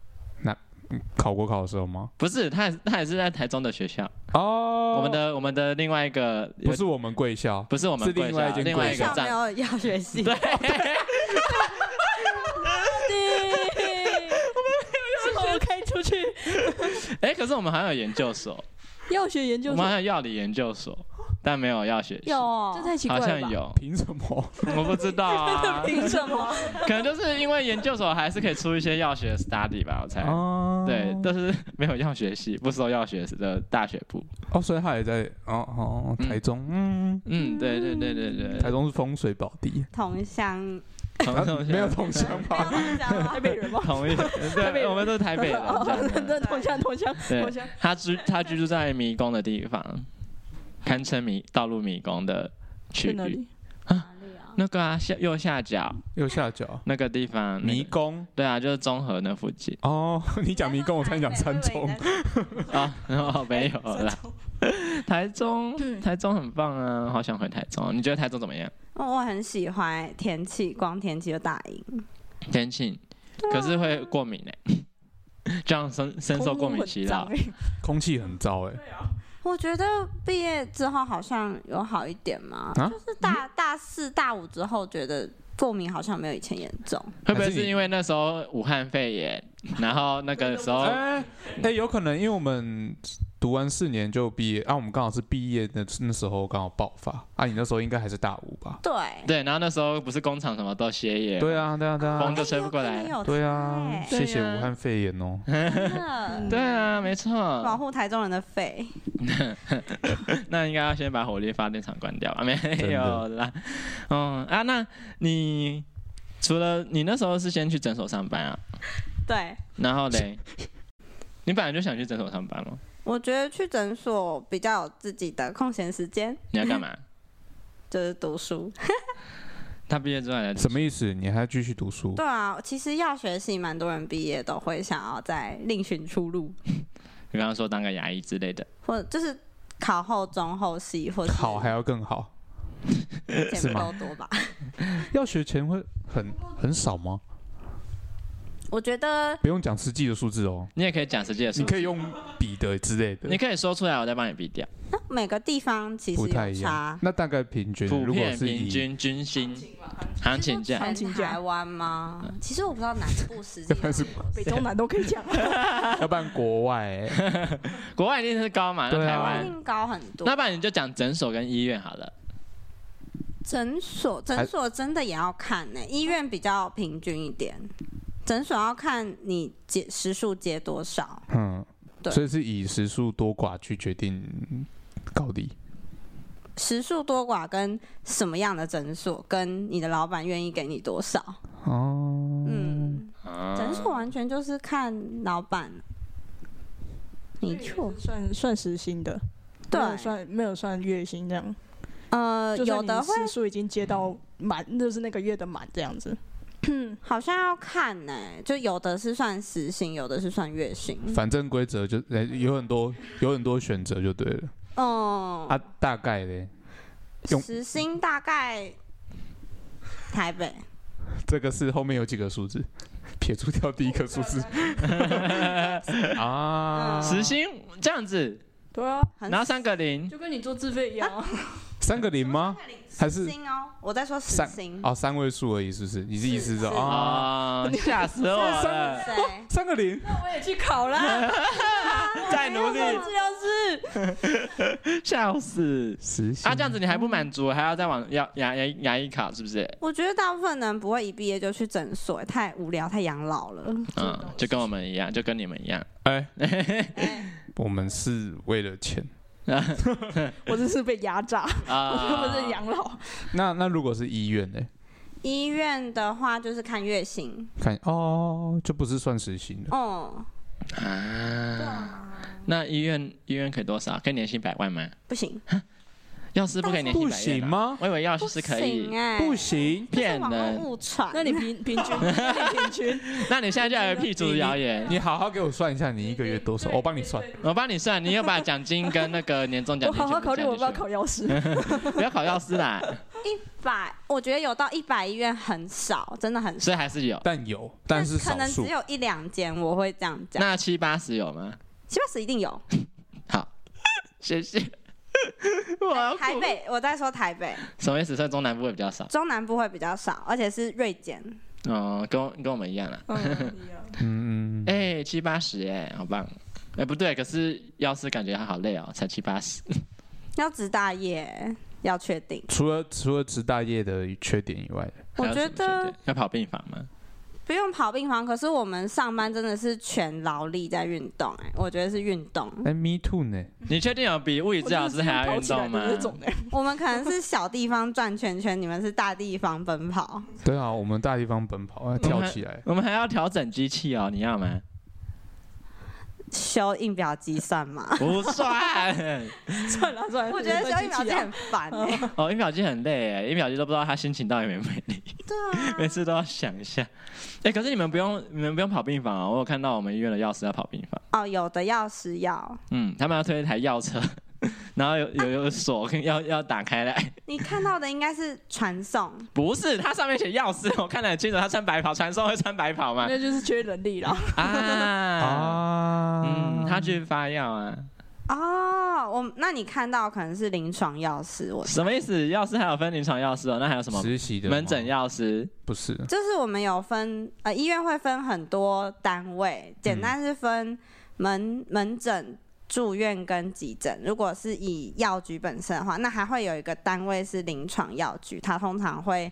Speaker 3: 考国考的时候吗？
Speaker 1: 不是，他也他也是在台中的学校。
Speaker 3: 哦，
Speaker 1: 我们的我们的另外一个
Speaker 3: 不是我们贵校，
Speaker 1: 不是我们
Speaker 3: 是另
Speaker 1: 贵
Speaker 3: 外
Speaker 1: 校
Speaker 3: 一间
Speaker 1: 另外一
Speaker 3: 贵
Speaker 1: 个
Speaker 3: 校
Speaker 4: 校没
Speaker 1: 站。
Speaker 4: 有药学系，
Speaker 1: 对，
Speaker 5: <laughs> 是我开出去
Speaker 1: 哎，可是我们好像有研究
Speaker 5: <laughs>
Speaker 1: 所，
Speaker 5: 药学研
Speaker 1: 我
Speaker 5: <laughs> 究
Speaker 1: 们
Speaker 5: 所
Speaker 1: 好，像有药理研究所，但没有药学系。
Speaker 4: <laughs> 有哦
Speaker 5: 哦这太奇怪
Speaker 1: 好
Speaker 5: 了
Speaker 1: 像
Speaker 5: 吧？，
Speaker 1: 有，
Speaker 3: 凭什么？
Speaker 1: 我不知道啊
Speaker 5: <laughs> 凭什 <laughs> 么？
Speaker 1: 可能就是因为研究所还是可以出一些药学 study 吧，我猜。
Speaker 3: 哦，
Speaker 1: 哎对，但是没有药学系，不收药学的大学部。
Speaker 3: 哦，所以他也在哦哦
Speaker 1: 嗯
Speaker 3: 台中，嗯，
Speaker 1: 嗯，对对对对对，哦
Speaker 3: 台中是风水宝地，啊
Speaker 4: 同乡，
Speaker 1: 同同
Speaker 3: 没有同乡吧？
Speaker 4: 同乡
Speaker 5: 台
Speaker 4: 啊
Speaker 5: 北人吗？
Speaker 1: 同一，
Speaker 5: <laughs> 台北
Speaker 1: 对，
Speaker 5: 人
Speaker 1: 我们都是台北人。
Speaker 5: <laughs> 哦，
Speaker 1: 这
Speaker 5: 对，
Speaker 1: 样
Speaker 5: 同乡同乡
Speaker 1: 对
Speaker 5: 同乡，
Speaker 1: 他居他居住在迷宫的地方，堪称迷道路迷宫的区
Speaker 5: 去哪
Speaker 1: 域。
Speaker 5: 里？
Speaker 1: <laughs> 那个啊，下右下角
Speaker 3: <laughs> 右下角
Speaker 1: 那个地方， <laughs> 那个
Speaker 3: 迷。宫。
Speaker 1: 对啊，就是中和那附近 <laughs>
Speaker 3: 哦， <laughs> 你讲迷宫，我才想讲三重。
Speaker 1: 啊，哦，没有啦。台中，台中很棒啊，好想回台中。你觉得台中怎么样？
Speaker 4: 哦 <laughs> 我很喜欢天气，光天气就打赢。
Speaker 1: 天气，可是会过敏呢， <laughs> 这样深深受过敏洗脑。
Speaker 5: 欸 <laughs>
Speaker 3: 空气很糟哎、
Speaker 4: 我觉得毕业之后好像有好一点嘛，
Speaker 3: 啊
Speaker 4: 就是大大四大五之后觉得过敏好像没有以前严重。
Speaker 1: 会不会
Speaker 3: 还是
Speaker 1: 是
Speaker 3: 你
Speaker 1: 因为那时候武汉肺炎，然后那个时候
Speaker 3: 哎、哎、有可能因为我们读完四年就毕业，啊，我们刚好是毕业的那时候刚好爆发，啊，你那时候应该还是大五吧？
Speaker 4: 对，
Speaker 1: 对，然后那时候不是工厂什么都歇业，
Speaker 3: 对啊，对啊，对
Speaker 1: 风
Speaker 3: 啊，
Speaker 1: 就吹不过来
Speaker 4: 哎有
Speaker 3: 对
Speaker 4: 差
Speaker 3: 啊 <laughs>
Speaker 4: 欸，
Speaker 3: 谢谢
Speaker 5: 对啊
Speaker 3: 武汉肺炎哦。
Speaker 1: 啊
Speaker 4: 真的
Speaker 1: 对啊，没
Speaker 4: 保
Speaker 1: 错。
Speaker 4: 护台中人的肺。
Speaker 1: 那应该要先把火力发电厂关 <laughs> 掉啊，没
Speaker 3: 的
Speaker 1: 有啦。嗯啊，那你除了你那时候是先去诊所上班啊，
Speaker 4: 对，
Speaker 1: 然后嘞，你本来就想去诊所上班吗？
Speaker 4: 我觉得去诊所比较有自己的空闲时间，
Speaker 1: 你要干
Speaker 3: <laughs>
Speaker 1: 嘛？
Speaker 4: 就是读书。
Speaker 1: 他毕业之后来
Speaker 3: 什么意思？你还继续读书？
Speaker 4: 对啊，其实药学系蛮多人毕业都会想要再另寻出路，
Speaker 1: 比方说当个牙医之类的，
Speaker 4: 或者就是考后中后系，或者
Speaker 3: 好还要更好？是
Speaker 4: 钱不
Speaker 3: 吗
Speaker 4: 够多吧。
Speaker 3: 要学钱会很很少吗？
Speaker 4: 我觉得
Speaker 3: 不用讲实际的数字哦，
Speaker 1: 你也可以讲实际的数
Speaker 3: 你
Speaker 1: 字，
Speaker 3: 可以用笔的之类的
Speaker 1: 你，可以说出来，我再帮你避掉。
Speaker 4: 那每个地方其实
Speaker 3: 不太
Speaker 4: 有
Speaker 3: 一
Speaker 4: 差
Speaker 3: 样。。那大概平均，
Speaker 1: 普
Speaker 3: 如果
Speaker 1: 遍
Speaker 3: 是
Speaker 1: 平
Speaker 3: 以
Speaker 1: 均均薪行情价，
Speaker 5: 行
Speaker 4: 全
Speaker 5: 情价
Speaker 4: 台湾吗？其实我不知道南部啊实际
Speaker 3: 要不然是
Speaker 4: 上有
Speaker 5: 北中南都可以讲。啊 <laughs>
Speaker 3: 要不然国外欸
Speaker 1: 国外一定是高嘛，那
Speaker 3: 对啊
Speaker 1: 台
Speaker 4: 一
Speaker 1: 湾，
Speaker 4: 定高很多
Speaker 1: 那。不然你就讲诊所跟医院好了。
Speaker 4: 诊所诊
Speaker 3: 还
Speaker 4: 所真的也要看呢、医院比较平均一点，诊所要看你接时数接多少。
Speaker 3: 嗯，
Speaker 4: 对
Speaker 3: 所以是以时数多寡去决定高低。
Speaker 4: 时数多寡跟什么样的诊所，跟你的老板愿意给你多少。
Speaker 3: 哦，
Speaker 4: 嗯，
Speaker 1: 啊
Speaker 4: 诊所完全就是看老板，没错，
Speaker 5: <laughs> 算算时薪的，
Speaker 4: 对
Speaker 5: 没有算没有算月薪这样。
Speaker 4: 呃，
Speaker 5: 就
Speaker 4: 有
Speaker 5: 算你
Speaker 4: 的会
Speaker 5: 时数已经接到满，就是那个月的满这样子。
Speaker 4: 好像要看呢、就有的是算时薪，有的是算月薪。
Speaker 3: 反正规则就呃有很多有很多选择就对了
Speaker 4: 嗯，
Speaker 3: 啊，大概嘞，用
Speaker 4: 时薪大概台北
Speaker 3: 这个是后面有几个数字，撇除掉第一个数字
Speaker 1: <laughs>
Speaker 3: 啊，
Speaker 1: 时薪这样子，
Speaker 5: 对啊，
Speaker 4: 很
Speaker 1: 然后三个零，
Speaker 5: 就跟你做自费一样啊。
Speaker 3: 三个零吗？还是
Speaker 4: 薪哦，我在说时
Speaker 3: 三
Speaker 4: 薪。
Speaker 3: 哦三位数而已，是不是？你的意思是
Speaker 4: 是
Speaker 3: 啊？
Speaker 1: 啊，吓死我了！
Speaker 4: 对，
Speaker 3: 三个零，
Speaker 5: <laughs> 那我也去考 <laughs> 啦，
Speaker 1: 再努力，
Speaker 5: 治疗师。
Speaker 1: 笑死！
Speaker 3: 实习
Speaker 1: 啊，这样子你还不满足，还要再往要牙牙牙医考，是不是？
Speaker 4: 我觉得大部分人不会一毕业就去诊所，太无聊，太养老了。
Speaker 1: 嗯，就跟我们一样，就跟你们一样。
Speaker 3: 哎，
Speaker 4: 哎
Speaker 3: 我们是为了钱。
Speaker 5: 我真是被压榨， <laughs> 我根本是
Speaker 1: 啊，
Speaker 5: 养老。
Speaker 3: 那那如果是医院呢？
Speaker 4: 医院的话就是看月薪，
Speaker 3: 看哦，就不是算时薪了。
Speaker 4: 哦，
Speaker 1: 啊，那医院医院可以多少？可以年薪百万吗？
Speaker 4: 不行，
Speaker 1: 药师不可以年薪
Speaker 3: 不
Speaker 1: 百万
Speaker 3: 行？吗？
Speaker 1: 我以为药
Speaker 4: 不
Speaker 1: 师是可以
Speaker 4: 行。哎，
Speaker 3: 不行，
Speaker 1: 骗
Speaker 4: 这是网
Speaker 1: 人。
Speaker 4: 络误传。
Speaker 5: <laughs> 那你平平 <laughs> 均，那你平均
Speaker 1: <laughs> 那你现在就来辟除谣言。
Speaker 3: 你好好给我算一下，你一个月多少？我帮
Speaker 1: 哎
Speaker 3: 你算。
Speaker 1: 我帮你算，你要把奖金跟那个年终奖
Speaker 5: 我
Speaker 1: 金全
Speaker 5: 好
Speaker 1: 部
Speaker 5: 好考虑，我
Speaker 1: 算
Speaker 5: 不要
Speaker 1: 进去。
Speaker 5: 考药师。
Speaker 1: 不要考药师啦，
Speaker 4: 百，我觉得有到一百医院很少，真的很少。
Speaker 1: 所以还是有。
Speaker 3: 但有，但是
Speaker 4: 可
Speaker 3: 少
Speaker 4: 能
Speaker 3: 数
Speaker 4: 只。有一两间，我会这样讲。
Speaker 1: 那七八十有吗？
Speaker 4: 七八十一定有，
Speaker 1: 好，谢谢。我要
Speaker 4: 台
Speaker 1: 哭
Speaker 4: 北我在说台北，
Speaker 1: 什么意思？所以中南部会比较少。
Speaker 4: 中南部会比较少，而且是锐减。
Speaker 1: 哦，跟我跟我们一样啦。
Speaker 3: 嗯，嗯
Speaker 1: 哎、七八十哎，好棒。哎、不对，可是药师感觉他好累哦，才七八十。
Speaker 4: 要值大业，要确定。
Speaker 3: 除了除了职大业的缺点以外，
Speaker 4: 我
Speaker 1: 还有
Speaker 4: 觉
Speaker 1: 什么缺点
Speaker 4: 得
Speaker 1: 要跑病房
Speaker 4: <laughs>
Speaker 1: 吗？
Speaker 4: 不用跑病房，可是我们上班真的是全劳力在运动、哎，我觉得是运动。
Speaker 3: 哎，me too 呢？
Speaker 1: 你确定有比物理治疗师还要运动吗？
Speaker 5: 这种的，
Speaker 4: 我们可能是小地方转圈圈，你们是大地方奔跑。
Speaker 3: 对啊，我们大地方奔跑，要哎
Speaker 1: 嗯
Speaker 3: 跳起来。
Speaker 1: 我们还要调整机器哦，你要吗？？
Speaker 4: <laughs> 修印表机算吗
Speaker 1: <laughs> 不算。
Speaker 5: <laughs>
Speaker 1: <laughs>
Speaker 5: 算了算了，
Speaker 4: 我觉得修印表
Speaker 5: 啊
Speaker 4: 机很烦、哎。
Speaker 1: 哦，音表机很累哎，音表机都不知道他心情到底美不美丽，
Speaker 4: 对啊，
Speaker 1: 每次都要想一下。哎，可是你们不用，你们不用跑病房啊、我有看到我们医院的药师要跑病房，
Speaker 4: 哦，有的要是要，
Speaker 1: 嗯，他们要推一台药车， <laughs> 然后有有有锁跟要要打开来，
Speaker 4: 你看到的应该是传送，
Speaker 1: 不是，它上面写药师，我看得很清楚，他穿白袍，传送会穿白袍
Speaker 4: <laughs>
Speaker 1: 吗？
Speaker 5: 那就是缺人力啦。
Speaker 1: 啊，
Speaker 3: 啊，
Speaker 1: 嗯，他去发药啊，
Speaker 4: 哦，我那你看到可能是临床药师，
Speaker 1: <laughs>
Speaker 4: 我
Speaker 1: 什么意思？药师还有分临床药师哦，那还有什么
Speaker 3: 实习的吗
Speaker 1: 门诊药师？
Speaker 3: 不是
Speaker 4: 就是我们有分呃医院会分很多单位，简单是分门、门诊住院跟急诊，如果是以药局本身的话，那还会有一个单位是临床药局，它通常会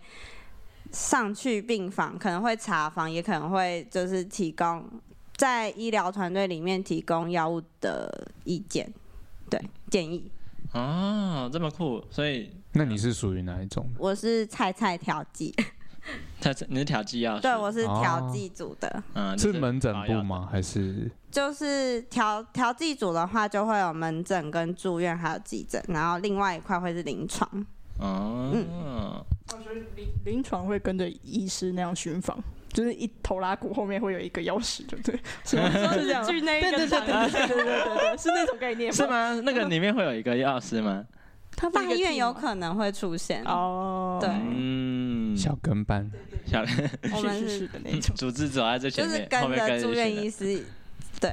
Speaker 4: 上去病房，可能会查房，也可能会就是提供在医疗团队里面提供药物的意见，对建议。
Speaker 1: 啊，这么酷，所以
Speaker 3: 那你是属于哪一种？
Speaker 4: 我是菜菜调剂，
Speaker 1: 他是你是调剂药师，
Speaker 4: 对我是调剂组的。
Speaker 1: 嗯，就是
Speaker 3: 门诊
Speaker 1: 把药
Speaker 3: 部吗？还是
Speaker 4: 就是调调剂组的话，就会有门诊跟住院，还有急诊，然后另外一块会是临床。嗯
Speaker 1: 哦，
Speaker 5: 临床会跟着医师那样巡访，就是一头拉骨后面会有一个钥匙，对不对？是吗是这样吗？
Speaker 4: 去那一
Speaker 5: 对
Speaker 4: 个
Speaker 5: 对对对对对对对对，是那种概念
Speaker 1: 是？吗？那个里面会有一个药师吗？
Speaker 5: 他
Speaker 4: 大医院有可能会出现。
Speaker 5: 哦，
Speaker 4: 对
Speaker 1: 嗯，
Speaker 3: 小跟班？
Speaker 1: 小
Speaker 4: 我们
Speaker 5: 是
Speaker 4: 是
Speaker 5: 是的那种。
Speaker 1: 组织走在最
Speaker 4: 就
Speaker 1: 前
Speaker 4: 是
Speaker 1: 面，后
Speaker 4: 跟
Speaker 1: 面跟
Speaker 4: 着住院
Speaker 1: 一群
Speaker 4: 医师，对，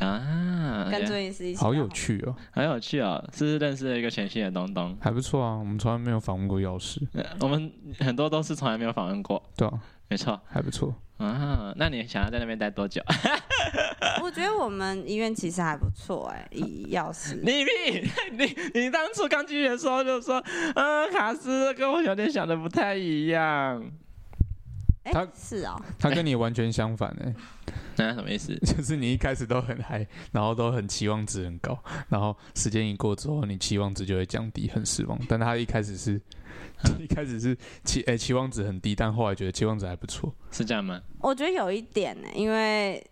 Speaker 1: 人啊，
Speaker 4: 跟住
Speaker 1: 对
Speaker 4: 院医师一起。
Speaker 3: 好有，趣哦，
Speaker 1: 很有趣哦，是不是认识了一个全新的东东。
Speaker 3: 还不错啊。我们从来没有访问过药师，
Speaker 1: 呃我们很多都是从来没有访问过，
Speaker 3: 对啊，
Speaker 1: 没错
Speaker 3: 还不错。
Speaker 1: 啊。那你想要在那边待多
Speaker 3: <laughs>
Speaker 1: 久？
Speaker 4: 我觉得我们医院其实还不错哎、以药师。
Speaker 1: 你屁！你你当初刚进去的时候就说，嗯、卡斯跟我有点想的不太一样，
Speaker 4: 哎、
Speaker 3: 他
Speaker 4: 是哦、
Speaker 3: 他跟你完全相反哎、
Speaker 1: 那、什么意思？
Speaker 3: <laughs> 就是你一开始都很嗨，然后都很期望值很高，然后时间一过之后，你期望值就会降低，很失望。但他一开始是， <laughs> 一开始是期哎、期望值很低，但后来觉得期望值还不错。
Speaker 1: 是这样吗？
Speaker 4: 我觉得有一点呢、因为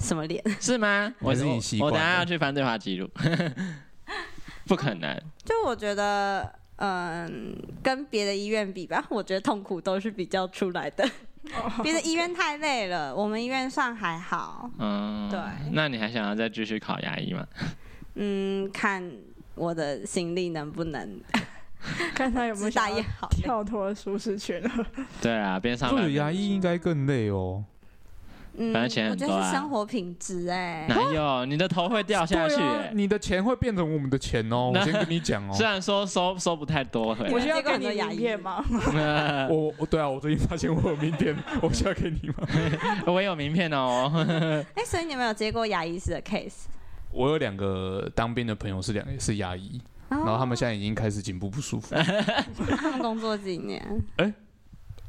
Speaker 4: 什么脸？
Speaker 1: 是吗？我
Speaker 3: 还是你习
Speaker 1: 我
Speaker 3: 惯
Speaker 1: 我
Speaker 3: 了
Speaker 1: 等下要去翻对话记
Speaker 3: <laughs>
Speaker 1: 录，不可能。
Speaker 4: 就我觉得，嗯，跟别的医院比吧， <laughs> 我觉得痛苦都是比较出来
Speaker 3: <laughs>
Speaker 4: 的。别的医院太累了，我们医院算还好。
Speaker 1: 嗯，
Speaker 4: 对
Speaker 1: 那你还想要再继续考牙医吗？
Speaker 4: 嗯，看我的行李能不能
Speaker 5: 看他有没有
Speaker 4: 自大
Speaker 5: 想
Speaker 4: 也
Speaker 5: 要
Speaker 4: 好。
Speaker 5: 跳脱舒适圈了。
Speaker 1: 对啊，边上
Speaker 3: 做
Speaker 1: 班
Speaker 3: 了牙医应该更累哦。
Speaker 4: 嗯，
Speaker 1: 反正钱
Speaker 4: 我
Speaker 1: 很
Speaker 4: 觉
Speaker 1: 多啊
Speaker 4: 得是生活品质哎、
Speaker 1: 哪有？你的头会掉下去、
Speaker 3: 对啊
Speaker 1: 欸。
Speaker 3: 你的钱会变成我们的钱哦。我先跟你讲哦，
Speaker 1: 虽然说收收不太多回
Speaker 5: 我
Speaker 1: 来，
Speaker 5: 需要
Speaker 4: 结果
Speaker 5: 给
Speaker 4: 很多
Speaker 5: 你
Speaker 4: 牙
Speaker 5: 牙
Speaker 4: 医
Speaker 5: 医吗？
Speaker 3: 我我对啊，我最近发现我有名片，我需要给你吗？
Speaker 1: <laughs> 我有名片哦。 <laughs>
Speaker 4: 哎、所以你们有接过牙医师的 case？
Speaker 3: <laughs> 我有两个当兵的朋友是两个是牙医，
Speaker 4: 然
Speaker 3: 然后他们现在已经开始颈部不舒服，
Speaker 4: 哦他们工作几年，
Speaker 3: <laughs>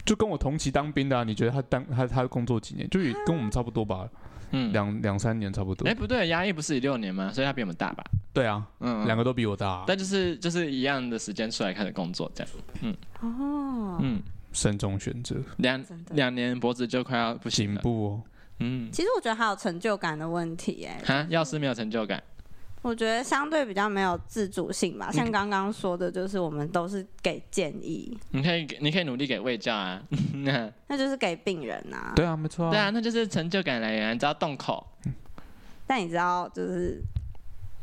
Speaker 3: 就跟我同期当兵的、啊，你觉得他当他他工作几年，就也跟我们差不多吧，
Speaker 1: 嗯，
Speaker 3: 两两三年差不多
Speaker 1: 哎、。不对，牙医不是一六年吗？所以他比我们大吧？
Speaker 3: 对啊，
Speaker 1: 嗯，
Speaker 3: 两个都比我大啊、
Speaker 1: 但就是就是一样的时间出来开始工作这样。
Speaker 4: 哦，
Speaker 1: 嗯，
Speaker 3: 慎重选择，
Speaker 1: 两
Speaker 4: 真的。
Speaker 1: 两年脖子就快要不行
Speaker 3: 颈
Speaker 1: 了。
Speaker 3: 部哦，
Speaker 1: 嗯，
Speaker 4: 其实我觉得还有成就感的问题哎、
Speaker 1: 哈，药师没有成就感。
Speaker 4: 我觉得相对比较没有自主性吧。
Speaker 3: 嗯
Speaker 4: 像刚刚说的，就是我们都是给建议，
Speaker 1: 你可以给，你可以努力给卫教啊。 <laughs> 对
Speaker 4: 那就是给病人啊。
Speaker 3: 对啊，没错、
Speaker 1: 啊，那就是成就感来源啊。你只要动口，
Speaker 4: 但你知道，就是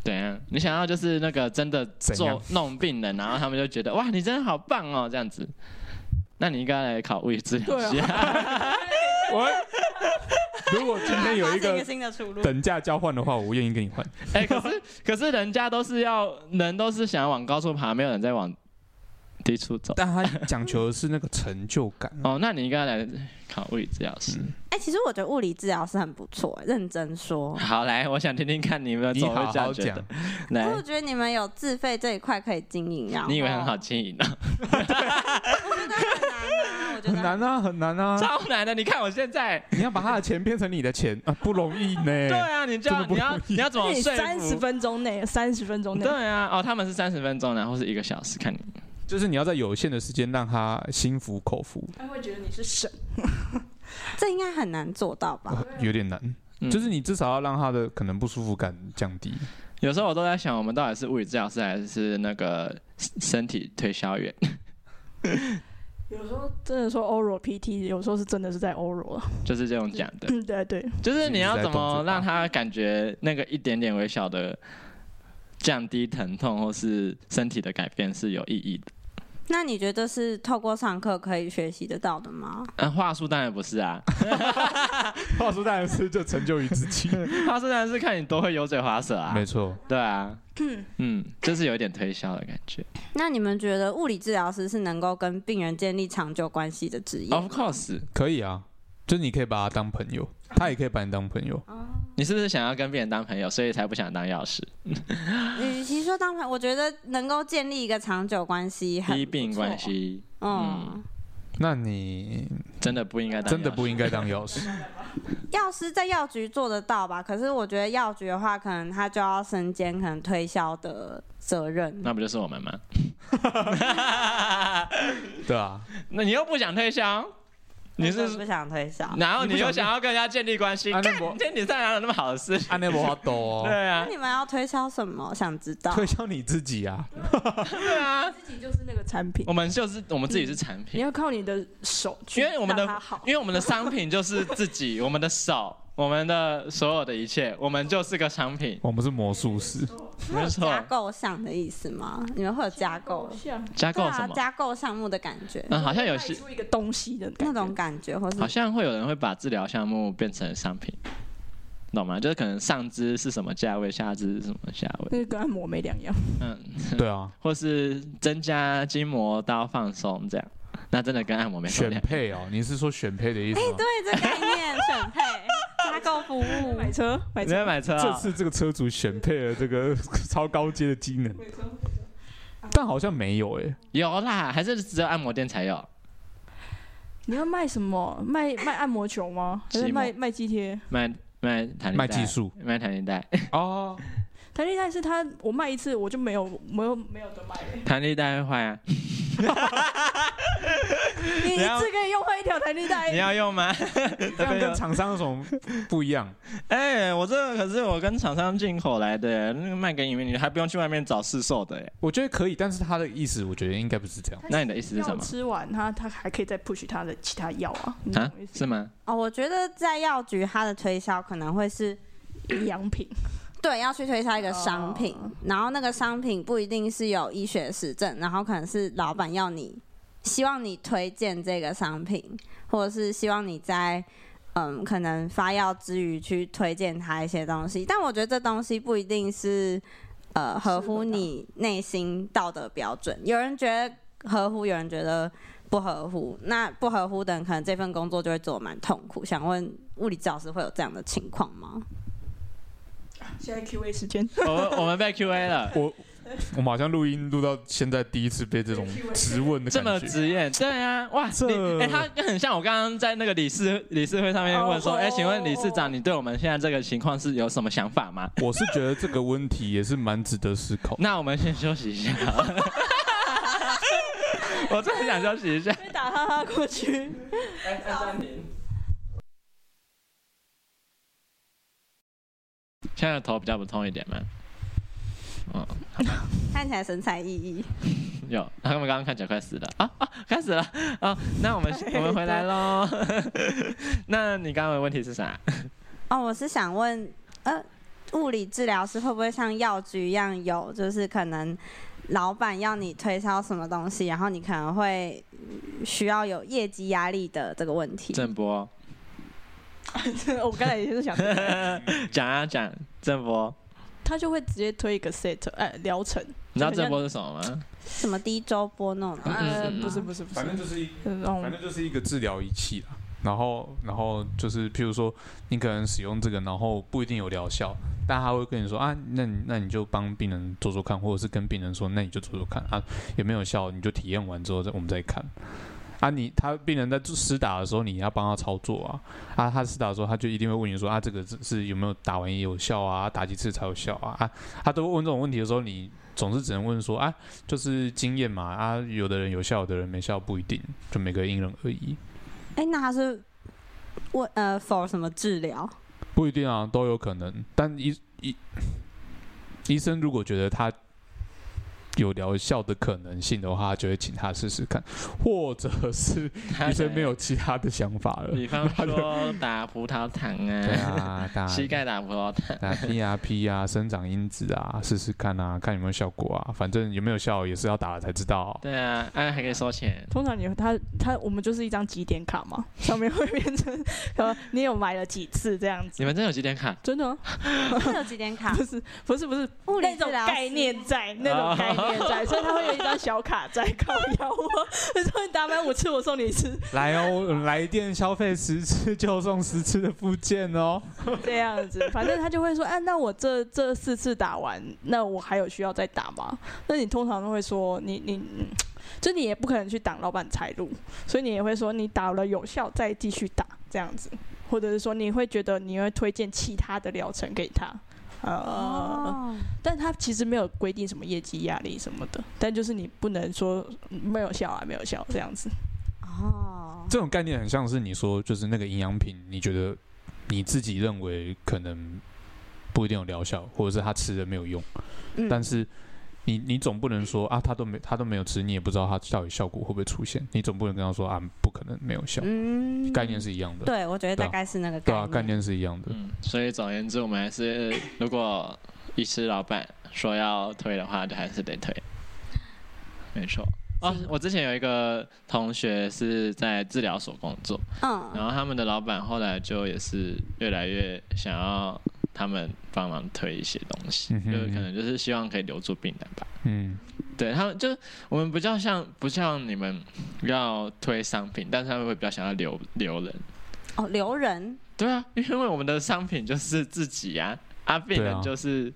Speaker 1: 怎样？啊你想要就是那个真的
Speaker 3: 怎样
Speaker 1: 做弄病人，然后他们就觉得哇，你真的好棒哦，这样子。那你应该来考物理治疗系、啊
Speaker 3: 我 <laughs> 如果今天有一
Speaker 4: 发现一
Speaker 3: 个 <laughs>
Speaker 4: 个新的出路。
Speaker 3: 等价交换的话，我愿意跟你换。
Speaker 1: <laughs> 哎、可是可是人家都是要人都是想要往高处爬，没有人在往低处走。
Speaker 3: 但他讲求的是那个成就
Speaker 1: <laughs>
Speaker 3: 感、啊。
Speaker 1: 哦，那你应该来考物理治疗师。
Speaker 4: 哎、其实我觉得物理治疗是很不错、认真说。
Speaker 1: 好，来，我想听听看你们
Speaker 3: 嗯你
Speaker 1: 怎么
Speaker 3: 好
Speaker 1: 会这样
Speaker 3: 好
Speaker 1: 觉
Speaker 3: 讲
Speaker 1: 得。，来
Speaker 4: 可，我觉得你们有自费这一块可以经营，然后
Speaker 1: 你以为很好经营啊？
Speaker 4: 真的很难啊，我觉
Speaker 3: 很
Speaker 4: 得
Speaker 3: 难啊，很难 <laughs> 啊！
Speaker 1: 超难的，你看我现
Speaker 3: <laughs>
Speaker 1: 在。
Speaker 3: 你要把他的钱变成你的钱 <laughs> 啊，不容易呢。
Speaker 1: 对啊，你就
Speaker 3: 真
Speaker 1: 要
Speaker 3: 的不
Speaker 1: 你要
Speaker 3: 容易
Speaker 1: 你要怎么
Speaker 5: 那你
Speaker 1: 说
Speaker 5: 三十
Speaker 1: 服？
Speaker 5: 分钟内，三十分钟内
Speaker 1: 对，啊，哦，他们是三十分钟，然后是一个小时，看你。
Speaker 3: 就是你要在有限的时间让他心服口服，
Speaker 5: 他会觉得你是神。
Speaker 4: 这应该很难做到吧？
Speaker 3: 有点难。
Speaker 1: 嗯
Speaker 3: 就是你至少要让他的可能不舒服感降低。
Speaker 1: 有时候我都在想，我们到底是物理治疗师还是那个身体推销员？
Speaker 5: 有时候真的说 oral PT，有时候是真的是在 oral 啊。
Speaker 1: 就是这种讲
Speaker 3: <laughs>
Speaker 1: 的，
Speaker 5: 嗯，对对，
Speaker 1: 就是你要怎么让他感觉那个一点点微小的降低疼痛或是身体的改变是有意义的。
Speaker 4: 那你觉得是透过上课可以学习得到的吗？
Speaker 1: 嗯，话术当然不是啊，
Speaker 3: 话说当然是就成就于自
Speaker 1: <laughs>
Speaker 3: 己，
Speaker 1: 话术当然是看你多会油嘴滑舌啊
Speaker 3: 没。错。
Speaker 1: 对啊，嗯，就是有一点推销的感觉。
Speaker 4: 那你们觉得物理治疗师是能够跟病人建立长久关系的职业吗
Speaker 1: 哦 Of course，
Speaker 3: 可以啊，就是你可以把他当朋友，他也可以把你当朋友。
Speaker 1: 你是不是想要跟别人当朋友，所以才不想当药师？
Speaker 4: 与其说当朋友，我觉得能够建立一个长久关系很不错，
Speaker 1: 医病关系
Speaker 4: 嗯，
Speaker 3: 那你
Speaker 1: 真的不应该当，
Speaker 3: 真的不。应该当药师。
Speaker 4: 药师在药局做得到吧？可是我觉得药局的话，可能他就要身兼可能推销的责任。
Speaker 1: 那不就是我们吗？ <laughs>
Speaker 3: 对啊，
Speaker 1: 那你又不想推销，你
Speaker 4: 我
Speaker 1: 是
Speaker 4: 真的不想推销？
Speaker 1: 然后你
Speaker 3: 你不
Speaker 1: 又
Speaker 3: 想
Speaker 1: 想要跟人家建立关系，
Speaker 3: 啊
Speaker 1: 干
Speaker 3: 那我
Speaker 1: 这你在哪有那么好的事？
Speaker 3: 按啊那我懂哦，
Speaker 1: 对
Speaker 4: 那
Speaker 1: 啊，
Speaker 4: 你们要推销什么？想知道？
Speaker 3: 推销你自己啊，
Speaker 1: 对啊，
Speaker 5: 自己就是那个产品
Speaker 1: 我，们就是我们自己是产
Speaker 5: 你
Speaker 1: 品，
Speaker 5: 要靠你的手去
Speaker 1: 因为我们的
Speaker 5: 让它好
Speaker 1: 因。为我们的商品就是自己，我们的手，我们的所有的一切，我们就是个商品，
Speaker 3: 我们是魔术师，
Speaker 4: 会
Speaker 1: 没
Speaker 4: 有
Speaker 1: 错
Speaker 4: 加。购项的意思吗？你们会有加购？
Speaker 5: 像
Speaker 1: 加
Speaker 4: 对
Speaker 1: 购
Speaker 4: 啊
Speaker 1: 什，么？
Speaker 4: 加购项目的感觉，
Speaker 1: 嗯，好像有
Speaker 5: 带
Speaker 1: 些
Speaker 5: 出一个东西的
Speaker 4: 那
Speaker 5: 感觉
Speaker 4: 种感觉，或是
Speaker 1: 好像会有人会把治疗项目变成商品，懂吗？就是可能上肢是什么价位，下肢是什么价位，
Speaker 5: 那就跟按摩没两样。
Speaker 1: 嗯，
Speaker 3: 对啊，
Speaker 1: 或是增加筋膜刀放松这样，那真的跟按摩没哎关
Speaker 3: 选
Speaker 1: 系。
Speaker 3: 配哦，你是说选配的意思吗？
Speaker 1: 啊
Speaker 4: 对这概念选配加购服务，
Speaker 5: 买车，买
Speaker 1: 你在
Speaker 5: 车，
Speaker 1: 买车、
Speaker 3: 这
Speaker 1: 啊？
Speaker 3: 次这个车主选配了这个超高阶的机能，但好像没有哎，
Speaker 1: 有啦，还是只有按摩店才有
Speaker 5: 你要卖什么？卖卖按摩球吗？
Speaker 1: 寂
Speaker 5: 还是
Speaker 1: 寞
Speaker 5: 卖卖肌贴？
Speaker 1: 卖卖弹力带
Speaker 3: 卖技术
Speaker 1: 卖弹力带， <laughs>
Speaker 3: 哦，
Speaker 5: 弹力带是他，我卖一次我就没有没有没有得卖
Speaker 1: <laughs>
Speaker 5: 了。
Speaker 1: 弹力带会坏啊？
Speaker 5: 你一
Speaker 1: 要
Speaker 5: 次可以用坏一条弹力带
Speaker 1: 你。要用吗？
Speaker 3: 这样
Speaker 1: 啊
Speaker 3: 跟厂商有什么不一样？
Speaker 1: <laughs> 哎、我这个可是我跟厂商进口来的，那个卖给你们，你还不用去外面找市售的耶。
Speaker 3: 我觉得可以，但是他的意思我觉得应该不是这样。
Speaker 1: 那你的意思是什
Speaker 5: 药
Speaker 1: 么
Speaker 5: 吃完它，它还可以再 push 它的其他药啊，你
Speaker 1: 啊
Speaker 5: 懂我意？思
Speaker 1: 是
Speaker 5: 吗？
Speaker 1: 吗？
Speaker 4: 哦，我觉得在药局它的推销可能会是
Speaker 5: 营养品，
Speaker 4: 对要去推销一个商品，
Speaker 5: 哦
Speaker 4: 然后那个商品不一定是有医学实证，然后可能是老板要你希望你推荐这个商品，或者是希望你在嗯可能发药之余去推荐他一些东西，但我觉得这东西不一定是呃合乎你内心道德标准，有人觉得合乎，有人觉得。不合乎，那不合乎的人，可能这份工作就会做得蛮痛苦。想问物理治疗师会有这样的情况吗？
Speaker 5: 现在 Q A 时间，
Speaker 1: 我 <laughs> 们我们被 Q A 了，
Speaker 3: 我我们好像录音录到现在第一次被这种质问的
Speaker 1: 这么
Speaker 3: 感觉。
Speaker 1: 职业，对啊，哇，
Speaker 3: 这
Speaker 1: 你哎、他很像我刚刚在那个理事理事会上面问说，
Speaker 5: 哦
Speaker 1: 哎、请问理事长，你对我们现在这个情况是有什么想法吗？
Speaker 3: 我是觉得这个问题也是蛮值得思考。
Speaker 1: 那我们先休息一下。 <laughs> 我真的想休息一下。
Speaker 5: 被打哈哈过去。
Speaker 1: 现在的头比较不痛一点吗？嗯，
Speaker 4: 看起来神采奕奕。
Speaker 1: 有，他们刚刚看起来快死了啊啊，快死了啊！那我们我们回来喽。 <laughs> 那你刚刚的问题是啥？
Speaker 4: 哦，我是想问，呃，物理治疗师会不会像药局一样有，就是可能老板要你推销什么东西，然后你可能会嗯需要有业绩压力的这个问题？
Speaker 1: 郑波， <laughs>
Speaker 5: 我刚才也是想这个，
Speaker 1: 讲啊讲，郑波，
Speaker 5: <laughs> 他就会直接推一个 set，哎，疗程。
Speaker 1: 你知道郑波是什么吗？
Speaker 4: 什么低周波那种？
Speaker 5: 呃
Speaker 1: 嗯嗯，
Speaker 5: 不是不是不是
Speaker 3: 反，正就是一
Speaker 5: 那种
Speaker 3: 反正就是一个治疗仪器啦。然后，然后就是，譬如说，你可能使用这个，然后不一定有疗效，但他会跟你说啊，那你那你就帮病人做做看，或者是跟病人说，那你就做做看啊，有没有效，你就体验完之后再我们再看。啊你，他病人在做施打的时候，你要帮他操作啊，啊，他施打的时候，他就一定会问你说啊，这个是是有没有打完也有效啊，打几次才有效啊，啊，他都问这种问题的时候，你总是只能问说啊，就是经验嘛，啊，有的人有效，有的人没效，不一定，就每个人因人而异，
Speaker 4: 哎、那他是问呃，for 什么治疗？
Speaker 3: 不一定啊，都有可能。但医医医生如果觉得他有疗效的可能性的话，他就会请他试试看，或者
Speaker 1: <laughs>
Speaker 3: 是 <laughs> 医生没有其他的想法了。
Speaker 1: 比方说打葡萄糖
Speaker 3: <laughs> 对
Speaker 1: 啊，
Speaker 3: 啊，打
Speaker 1: 膝盖打葡萄糖，
Speaker 3: <laughs> 打 P R P 啊，生长因子啊，试试看啊，看有没有效果啊。反正有没有效也是要打了才知道、
Speaker 1: 对啊，哎、还可以收钱。
Speaker 5: 通常你他他我们就是一张几点
Speaker 4: <laughs>
Speaker 5: 卡嘛，上面会变成呃你有买了几次这样子，
Speaker 1: 你们真有几点卡？
Speaker 5: 真的啊
Speaker 4: <laughs> 是有几点卡？
Speaker 5: <laughs> 不是不是不是
Speaker 4: 物理
Speaker 5: 那
Speaker 4: 治
Speaker 5: 种
Speaker 4: 疗师
Speaker 5: 概念在那种概面
Speaker 1: <laughs>
Speaker 5: 在，所以他会有一张小卡在靠腰我。 <laughs> 你说你打满五次，我送你一次，
Speaker 3: 来哦，来电消费十次就送十次的附件哦。
Speaker 5: 这样子，反正他就会说，啊，那我这这四次打完，那我还有需要再打吗？那你通常都会说，你你。嗯就你也不可能去挡老板财路，所以你也会说你打了有效再继续打这样子，或者是说你会觉得你会推荐其他的疗程给他，呃，
Speaker 4: 哦，
Speaker 5: 但他其实没有规定什么业绩压力什么的，但就是你不能说嗯没有效啊，没有效这样子。
Speaker 4: 哦，
Speaker 3: 这种概念很像是你说，就是那个营养品，你觉得你自己认为可能不一定有疗效，或者是他吃了没有用，
Speaker 4: 嗯
Speaker 3: 但是你你总不能说啊，他都没他都没有吃，你也不知道他到底效果会不会出现，你总不能跟他说啊，不可能没有效，
Speaker 4: 嗯
Speaker 3: 概念是一样的，
Speaker 4: 对，我觉得大概是那个
Speaker 3: 对啊，概念是一样的。
Speaker 1: 嗯，所以总而言之，我们还是如果医师老板说要推的话，就还是得推。没错。哦，我之前有一个同学是在治疗所工作，然
Speaker 4: 嗯，
Speaker 1: 后他们的老板后来就也是越来越想要他们帮忙推一些东西，
Speaker 3: 嗯哼
Speaker 1: 就是可能就是希望可以留住病人吧。
Speaker 3: 嗯，
Speaker 1: 对他们就是我们比较像不像你们要推商品，但是他们会比较想要留留人。
Speaker 4: 哦，留人，
Speaker 1: 对啊，因为我们的商品就是自己呀、啊，啊，病
Speaker 3: 对
Speaker 1: 人
Speaker 3: 啊
Speaker 1: 就是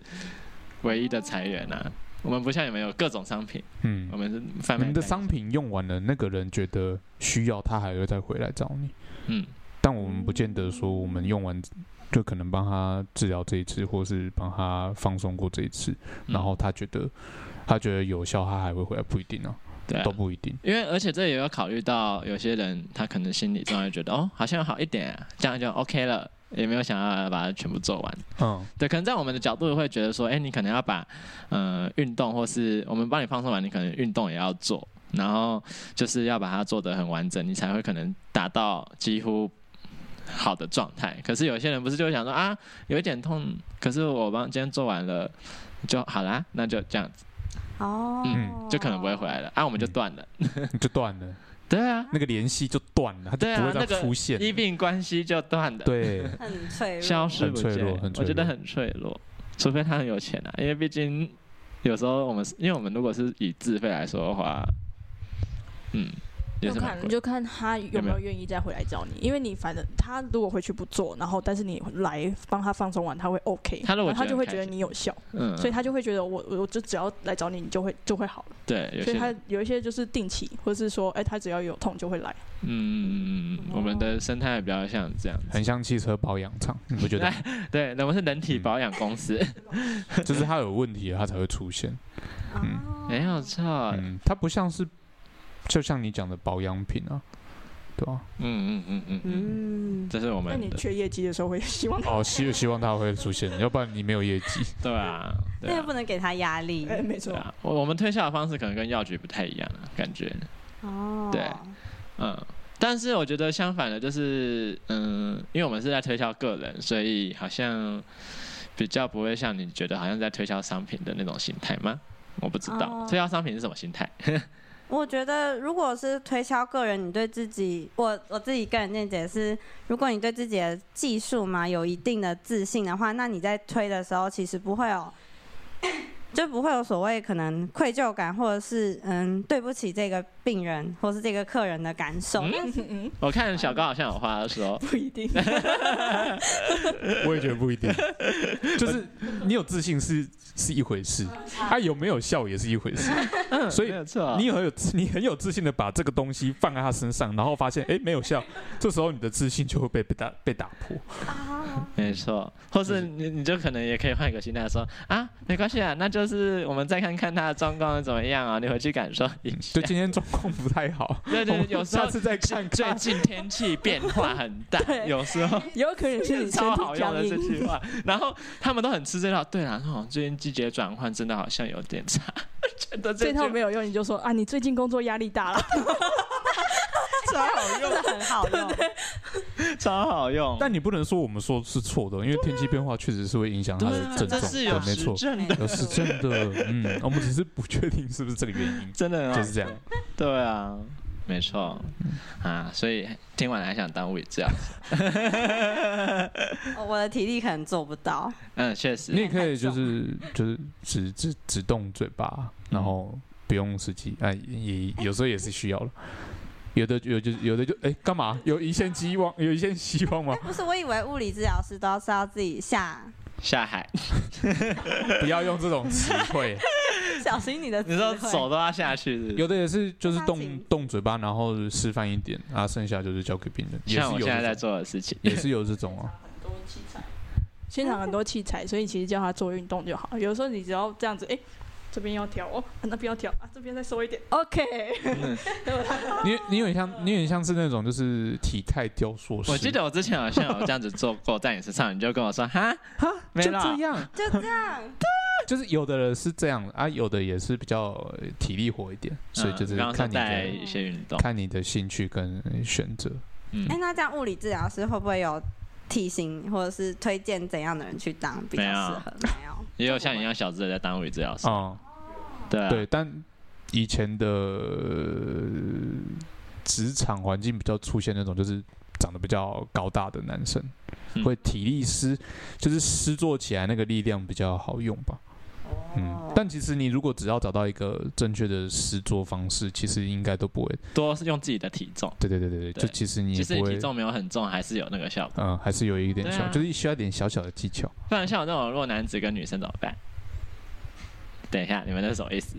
Speaker 1: 唯一的财源啊。我们不像你们有各种商品，
Speaker 3: 嗯
Speaker 1: 我，们是贩
Speaker 3: 你
Speaker 1: 卖
Speaker 3: 们的
Speaker 1: 单一
Speaker 3: 商，品用完了，那个人觉得需要，他还会再回来找你。
Speaker 1: 嗯，
Speaker 3: 但我们不见得说我们用完就可能帮他治疗这一次，或是帮他放松过这一次，
Speaker 1: 嗯
Speaker 3: 然后他觉得他觉得有效，他还会回来，不一定啊，
Speaker 1: 对啊
Speaker 3: 都不一定。
Speaker 1: 因为而且这也要考虑到有些人他可能心理状态觉得哦好像好一点、啊，这样就 OK 了，也没有想要把它全部做完。
Speaker 3: 嗯，
Speaker 1: 对，可能在我们的角度会觉得说，哎、你可能要把呃运动或是我们帮你放松完，你可能运动也要做，然后就是要把它做得很完整，你才会可能达到几乎。好的状态，可是有些人不是就会想说啊，有一点痛，可是我帮今天做完了就好啦，那就这样子，
Speaker 4: 哦，
Speaker 3: 嗯
Speaker 1: 就可能不会回来了啊，我们就
Speaker 3: 嗯
Speaker 1: 断了。
Speaker 3: 就断了，
Speaker 1: 对 <laughs> 啊，
Speaker 3: 那个联系就断了，他就
Speaker 1: 对
Speaker 3: 不
Speaker 1: 啊
Speaker 3: 会，
Speaker 1: 那
Speaker 3: 再
Speaker 1: 个
Speaker 3: 出现。
Speaker 1: 医病关系就断了，，
Speaker 3: 对，
Speaker 4: 很脆弱，
Speaker 1: 消失
Speaker 3: 很
Speaker 1: 不
Speaker 3: 脆
Speaker 1: 见
Speaker 3: 弱很脆
Speaker 1: 我觉得
Speaker 3: 弱
Speaker 1: 很脆弱，除非他很有钱啊，因为毕竟有时候我们是，因为我们如果是以自费来说的话，嗯，也
Speaker 5: 就是
Speaker 1: 蛮
Speaker 5: 看
Speaker 1: 贵。
Speaker 5: 就看他有
Speaker 1: 有没
Speaker 5: 没
Speaker 1: 有
Speaker 5: 有愿意再回来找你，因为你反正他如果回去不做，然后但是你来帮他放松完，他会 OK，
Speaker 1: 他如果
Speaker 5: 然后他
Speaker 1: 觉得很
Speaker 5: 就会
Speaker 1: 开
Speaker 5: 觉得
Speaker 1: 心
Speaker 5: 你有效，
Speaker 1: 嗯，
Speaker 5: 所以他就会觉得我我就只要来找你，你就会就会好了。
Speaker 1: 对，有
Speaker 5: 所
Speaker 1: 些
Speaker 5: 以他
Speaker 1: 人
Speaker 5: 有一些就是定期，或是说，哎、他只要有痛就会来。
Speaker 1: 嗯嗯嗯嗯
Speaker 5: 哦
Speaker 1: 嗯，我们的生态比较像这样子，
Speaker 3: 很像汽车保养厂，你不觉得吗？
Speaker 1: 对，我们是人体
Speaker 3: 哎嗯
Speaker 1: 保养公司，
Speaker 5: 哦
Speaker 1: 哎
Speaker 3: 就是他有问题了，他才会出现。
Speaker 4: 哦
Speaker 1: <laughs> 没有错，嗯
Speaker 3: 嗯，他不像是，就像你讲的保养品啊，对吧、
Speaker 1: 嗯嗯嗯嗯，
Speaker 4: 嗯，
Speaker 1: 这是我
Speaker 5: 那
Speaker 1: 们
Speaker 5: 你
Speaker 1: 的，
Speaker 5: 缺业绩的时候会 <laughs> 希望
Speaker 3: 哦，希希望他会出现，要不然你没有业绩。
Speaker 1: 对啊，对
Speaker 4: 那又
Speaker 1: 啊
Speaker 4: 不，能给他压力
Speaker 5: 哎、没错
Speaker 1: 对，啊，我我们推销的方式可能跟药局不太一样啊，感觉，
Speaker 4: 哦，
Speaker 1: 对嗯，但是我觉得相反的，就是嗯，因为我们是在推销个人，所以好像比较不会像你觉得好像在推销商品的那种心态吗？我不知道、
Speaker 4: 哦
Speaker 1: 推销商品是什么心态。
Speaker 4: 我觉得，如果是推销个人，你对自己，我我自己个人见解是，如果你对自己的技术嘛有一定的自信的话，那你在推的时候其实不会有， <coughs> 就不会有所谓可能愧疚感，或者是嗯对不起这个病人或是这个客人的感受。
Speaker 1: 嗯
Speaker 4: <laughs>
Speaker 5: 嗯 <laughs> 嗯，
Speaker 1: 我看小高好像有话
Speaker 5: <laughs>
Speaker 1: 说，
Speaker 5: 不
Speaker 1: <laughs>
Speaker 5: 一定。
Speaker 3: <laughs> 我也觉得不一定，就是你有自信是是一
Speaker 1: <laughs>
Speaker 3: 回事，啊有没有效也是一回事。所以
Speaker 1: 没有错，
Speaker 3: 你很有你很有自信 <laughs> 的把这个东西放在他身上，然后发现哎没有效，这时候你的自信就会被被打被打破。
Speaker 1: 没错，或是你你就可能也可以换一个心态说啊，没关系啊，那就是我们再看看他的状况怎么样啊，你回去感受一下
Speaker 3: 就。今天状况不太好，
Speaker 1: 对
Speaker 3: 我
Speaker 1: 对
Speaker 3: 们，
Speaker 1: 有时
Speaker 3: 下
Speaker 1: 候
Speaker 3: 次再看
Speaker 1: 最
Speaker 3: 看。
Speaker 1: 近天气变化很 <laughs> 大，
Speaker 5: 对
Speaker 1: 有时候
Speaker 5: 有可 <laughs> 能是你身
Speaker 1: 超
Speaker 5: 体
Speaker 1: 好用
Speaker 5: 僵
Speaker 1: 的这
Speaker 5: 硬。
Speaker 1: 句话，然后他们都很吃这套。对啦，哦，最近季节转换真的好像有点差， <laughs> 觉得
Speaker 5: 这
Speaker 1: 这
Speaker 5: 套
Speaker 1: 套
Speaker 5: 没有用，你就说啊，你最近工作压力大了。
Speaker 1: 超好
Speaker 4: 真的很好
Speaker 1: <laughs>
Speaker 4: 用，
Speaker 1: 用，超好用。
Speaker 3: 但你不能说我们说是错的，因为天气变化确实是会影响他的症
Speaker 1: 啊这
Speaker 3: 状，
Speaker 1: 是有
Speaker 3: 对，没
Speaker 1: 实
Speaker 3: 错，
Speaker 1: 证的，
Speaker 3: 有是真的，嗯，我们只是不确定是不是这个原因，
Speaker 1: <laughs> 啊真的很好
Speaker 3: 就是这样。嗯
Speaker 1: 对啊，没错，啊，所以今晚还想当物理治疗师，
Speaker 4: 哦我的体力可能做不到。
Speaker 1: 嗯，确实
Speaker 3: 你，也可以就是就是只只只动嘴巴，
Speaker 1: 嗯
Speaker 3: 然后不用实际，哎，也有时候也是需要了。有的有就有的就哎干嘛？有一线希望，有一线希望吗？ <laughs>
Speaker 4: <laughs> 不是，我以为物理治疗师都要是要自己下，
Speaker 5: <laughs>
Speaker 1: 下海，
Speaker 3: 不要用这种词
Speaker 4: <laughs>
Speaker 3: 汇。
Speaker 4: 小心你的
Speaker 1: 你
Speaker 4: 智
Speaker 1: 说
Speaker 4: 慧。
Speaker 1: 手都要下去是不是
Speaker 3: 有的也是就是
Speaker 4: 那
Speaker 3: 动
Speaker 4: 请
Speaker 3: 动嘴巴，然后示范一点，啊，剩下就是交给病人。也
Speaker 1: 像
Speaker 3: 是
Speaker 1: 我
Speaker 3: 有
Speaker 1: 现在在
Speaker 3: 这种，
Speaker 1: 做的事情，
Speaker 3: 也是有这种啊。
Speaker 5: 现场很多器材，所以其实叫他做运动就好。有时候你只要这样子，哎、这边要调哦，啊那边要调啊，这边再收
Speaker 1: <laughs>
Speaker 5: 一点，OK。
Speaker 3: 你你有点像，你有点像是那种就是体态雕塑师。
Speaker 1: 我记得我之前好像有这样子做过，在你身上，你就跟我说哈哈，没
Speaker 3: 就
Speaker 1: 了
Speaker 3: 这，样，
Speaker 4: 就这样，
Speaker 3: 就是有的人是这样啊，有的也是比较体力活一点，所以
Speaker 1: 嗯
Speaker 3: 就是
Speaker 1: 比方说
Speaker 3: 看你
Speaker 1: 带
Speaker 3: 的
Speaker 1: 一些运动，
Speaker 3: 看你的兴趣跟选择。
Speaker 1: 嗯
Speaker 4: 哎、，那这样物理治疗师会不会有体型，或者是推荐怎样的人去当比较
Speaker 1: 没有
Speaker 4: 适合？没有，
Speaker 1: 也有像你一样小资的在当物理治疗师，
Speaker 3: 哦、
Speaker 1: 对啊，
Speaker 3: 对，但以前的呃职场环境比较出现那种就是长得比较高大的男生，
Speaker 1: 嗯
Speaker 3: 会体力施，就是施做起来那个力量比较好用吧。嗯，但其实你如果只要找到一个正确的施作方式，其实应该都不会。
Speaker 1: 多用自己的体重，
Speaker 3: 对对对对对，
Speaker 1: 对
Speaker 3: 就其实你
Speaker 1: 即
Speaker 3: 也
Speaker 1: 使
Speaker 3: 不
Speaker 1: 你体
Speaker 3: 会，
Speaker 1: 重没有很重，还是有那个效果。
Speaker 3: 嗯，还是有一点
Speaker 1: 对
Speaker 3: 小，
Speaker 1: 啊
Speaker 3: 就是需要一点小小的技巧。
Speaker 1: 不然像我那种弱男子跟女生怎么办？等一下，你们那是什么意
Speaker 3: <laughs>
Speaker 1: 思？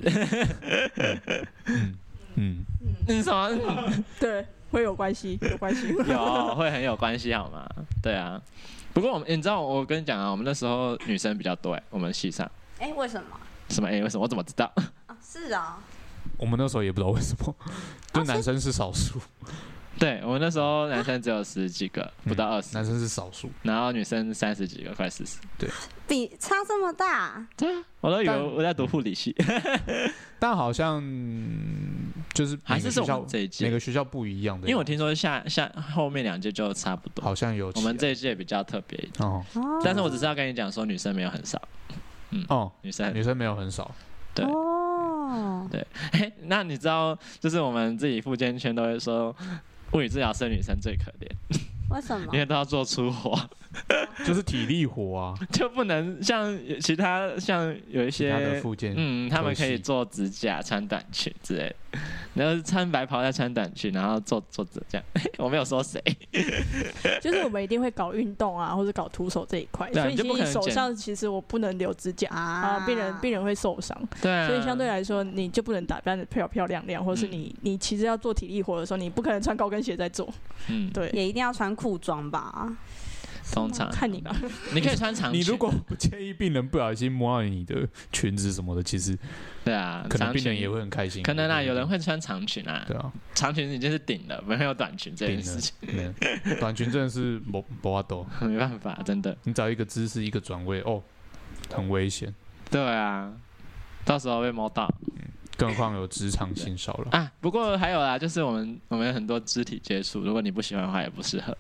Speaker 3: 嗯，
Speaker 1: 嗯，什么？
Speaker 5: 对，会有关系，有关系。
Speaker 1: 有会很有关系好吗？对啊。不过我们，你知道我跟你讲啊，我们那时候女生比较多欸，我们系上
Speaker 4: 哎、为什么？
Speaker 1: 什么？哎、为什么？我怎么知道？ <laughs>
Speaker 4: 啊，是啊、
Speaker 3: 我们那时候也不知道为什么，就男生啊是少数，
Speaker 1: 对我们那时候男生只有十几个，
Speaker 3: 嗯
Speaker 1: 不到二十、
Speaker 3: 男生是少数。
Speaker 1: 然后女生三十几个，快四十。
Speaker 4: 比差这么大，
Speaker 1: 对啊，我都以为
Speaker 3: 但
Speaker 1: 我在读护理系，
Speaker 3: 但好像就是
Speaker 1: 还
Speaker 3: 每个
Speaker 1: 是是
Speaker 3: 学
Speaker 1: 我
Speaker 3: 校
Speaker 1: 们这一届
Speaker 3: 每个学校不一样的，
Speaker 1: 因为我听说下下后面两届就差不多。
Speaker 3: 好像有
Speaker 1: 我们
Speaker 3: 起
Speaker 1: 这一届比较特别一点，
Speaker 3: 来哦
Speaker 4: 哦
Speaker 1: 但是我只是要跟你讲说，女生没有很少，
Speaker 3: 哦，
Speaker 1: 女生很
Speaker 3: 女生没有很少，
Speaker 1: 对
Speaker 4: 哦，
Speaker 1: 嘿，那你知道，就是我们自己附件圈都会说，物理治疗师的女生最可怜，
Speaker 4: 为什么
Speaker 3: 哦
Speaker 1: 因？为都要做粗活， <laughs>
Speaker 3: 就是体力活啊，
Speaker 1: 就不能像其他像有一
Speaker 3: 其他的
Speaker 1: 些，
Speaker 3: 附件，
Speaker 1: 嗯，他们可以
Speaker 3: 科系
Speaker 1: 做指甲、穿短裙之类的，然后穿白袍再穿短裙，然后做做指甲。 <laughs> 我没有说谁，
Speaker 5: <laughs> 就是我们一定会搞运动啊，或者搞徒手这一块，
Speaker 1: 对啊
Speaker 5: 所以
Speaker 1: 你就不
Speaker 5: 其
Speaker 1: 可能
Speaker 5: 实手
Speaker 1: 剪
Speaker 5: 上其实我不能留指甲
Speaker 4: 啊
Speaker 5: 啊，病人病人会受伤，
Speaker 1: 对啊，
Speaker 5: 所以相对来说你就不能打扮的漂漂亮亮，或
Speaker 1: 嗯
Speaker 5: 是你你其实要做体力活的时候，你不可能穿高跟鞋在做，
Speaker 1: 嗯，
Speaker 5: 对，嗯
Speaker 4: 也一定要穿裤装吧？
Speaker 1: 通常
Speaker 5: 看你吧，
Speaker 1: 你可以穿长裙，
Speaker 3: 你如果不介意病人不小心摸到你的裙子什么的，其 <laughs> 实
Speaker 1: 对啊，
Speaker 3: 可能
Speaker 1: 长
Speaker 3: 病人
Speaker 1: 裙
Speaker 3: 也。会很开心。
Speaker 1: 可能啊，
Speaker 3: 对
Speaker 1: 有人会穿长裙啊，
Speaker 3: 对啊，
Speaker 1: 长裙已经是顶了，没有短裙这件
Speaker 3: 顶了
Speaker 1: 事情， <laughs>
Speaker 3: 嗯短裙真的是不不阿斗，
Speaker 1: 没办法，真的。
Speaker 3: 你找一个姿势一个转位哦，很危险，
Speaker 1: 对啊，到时候被摸到
Speaker 3: 更何况有职场性骚扰。
Speaker 1: 啊。不过还有啦，就是我们我们有很多肢体接触，如果你不喜欢的话，也不适合。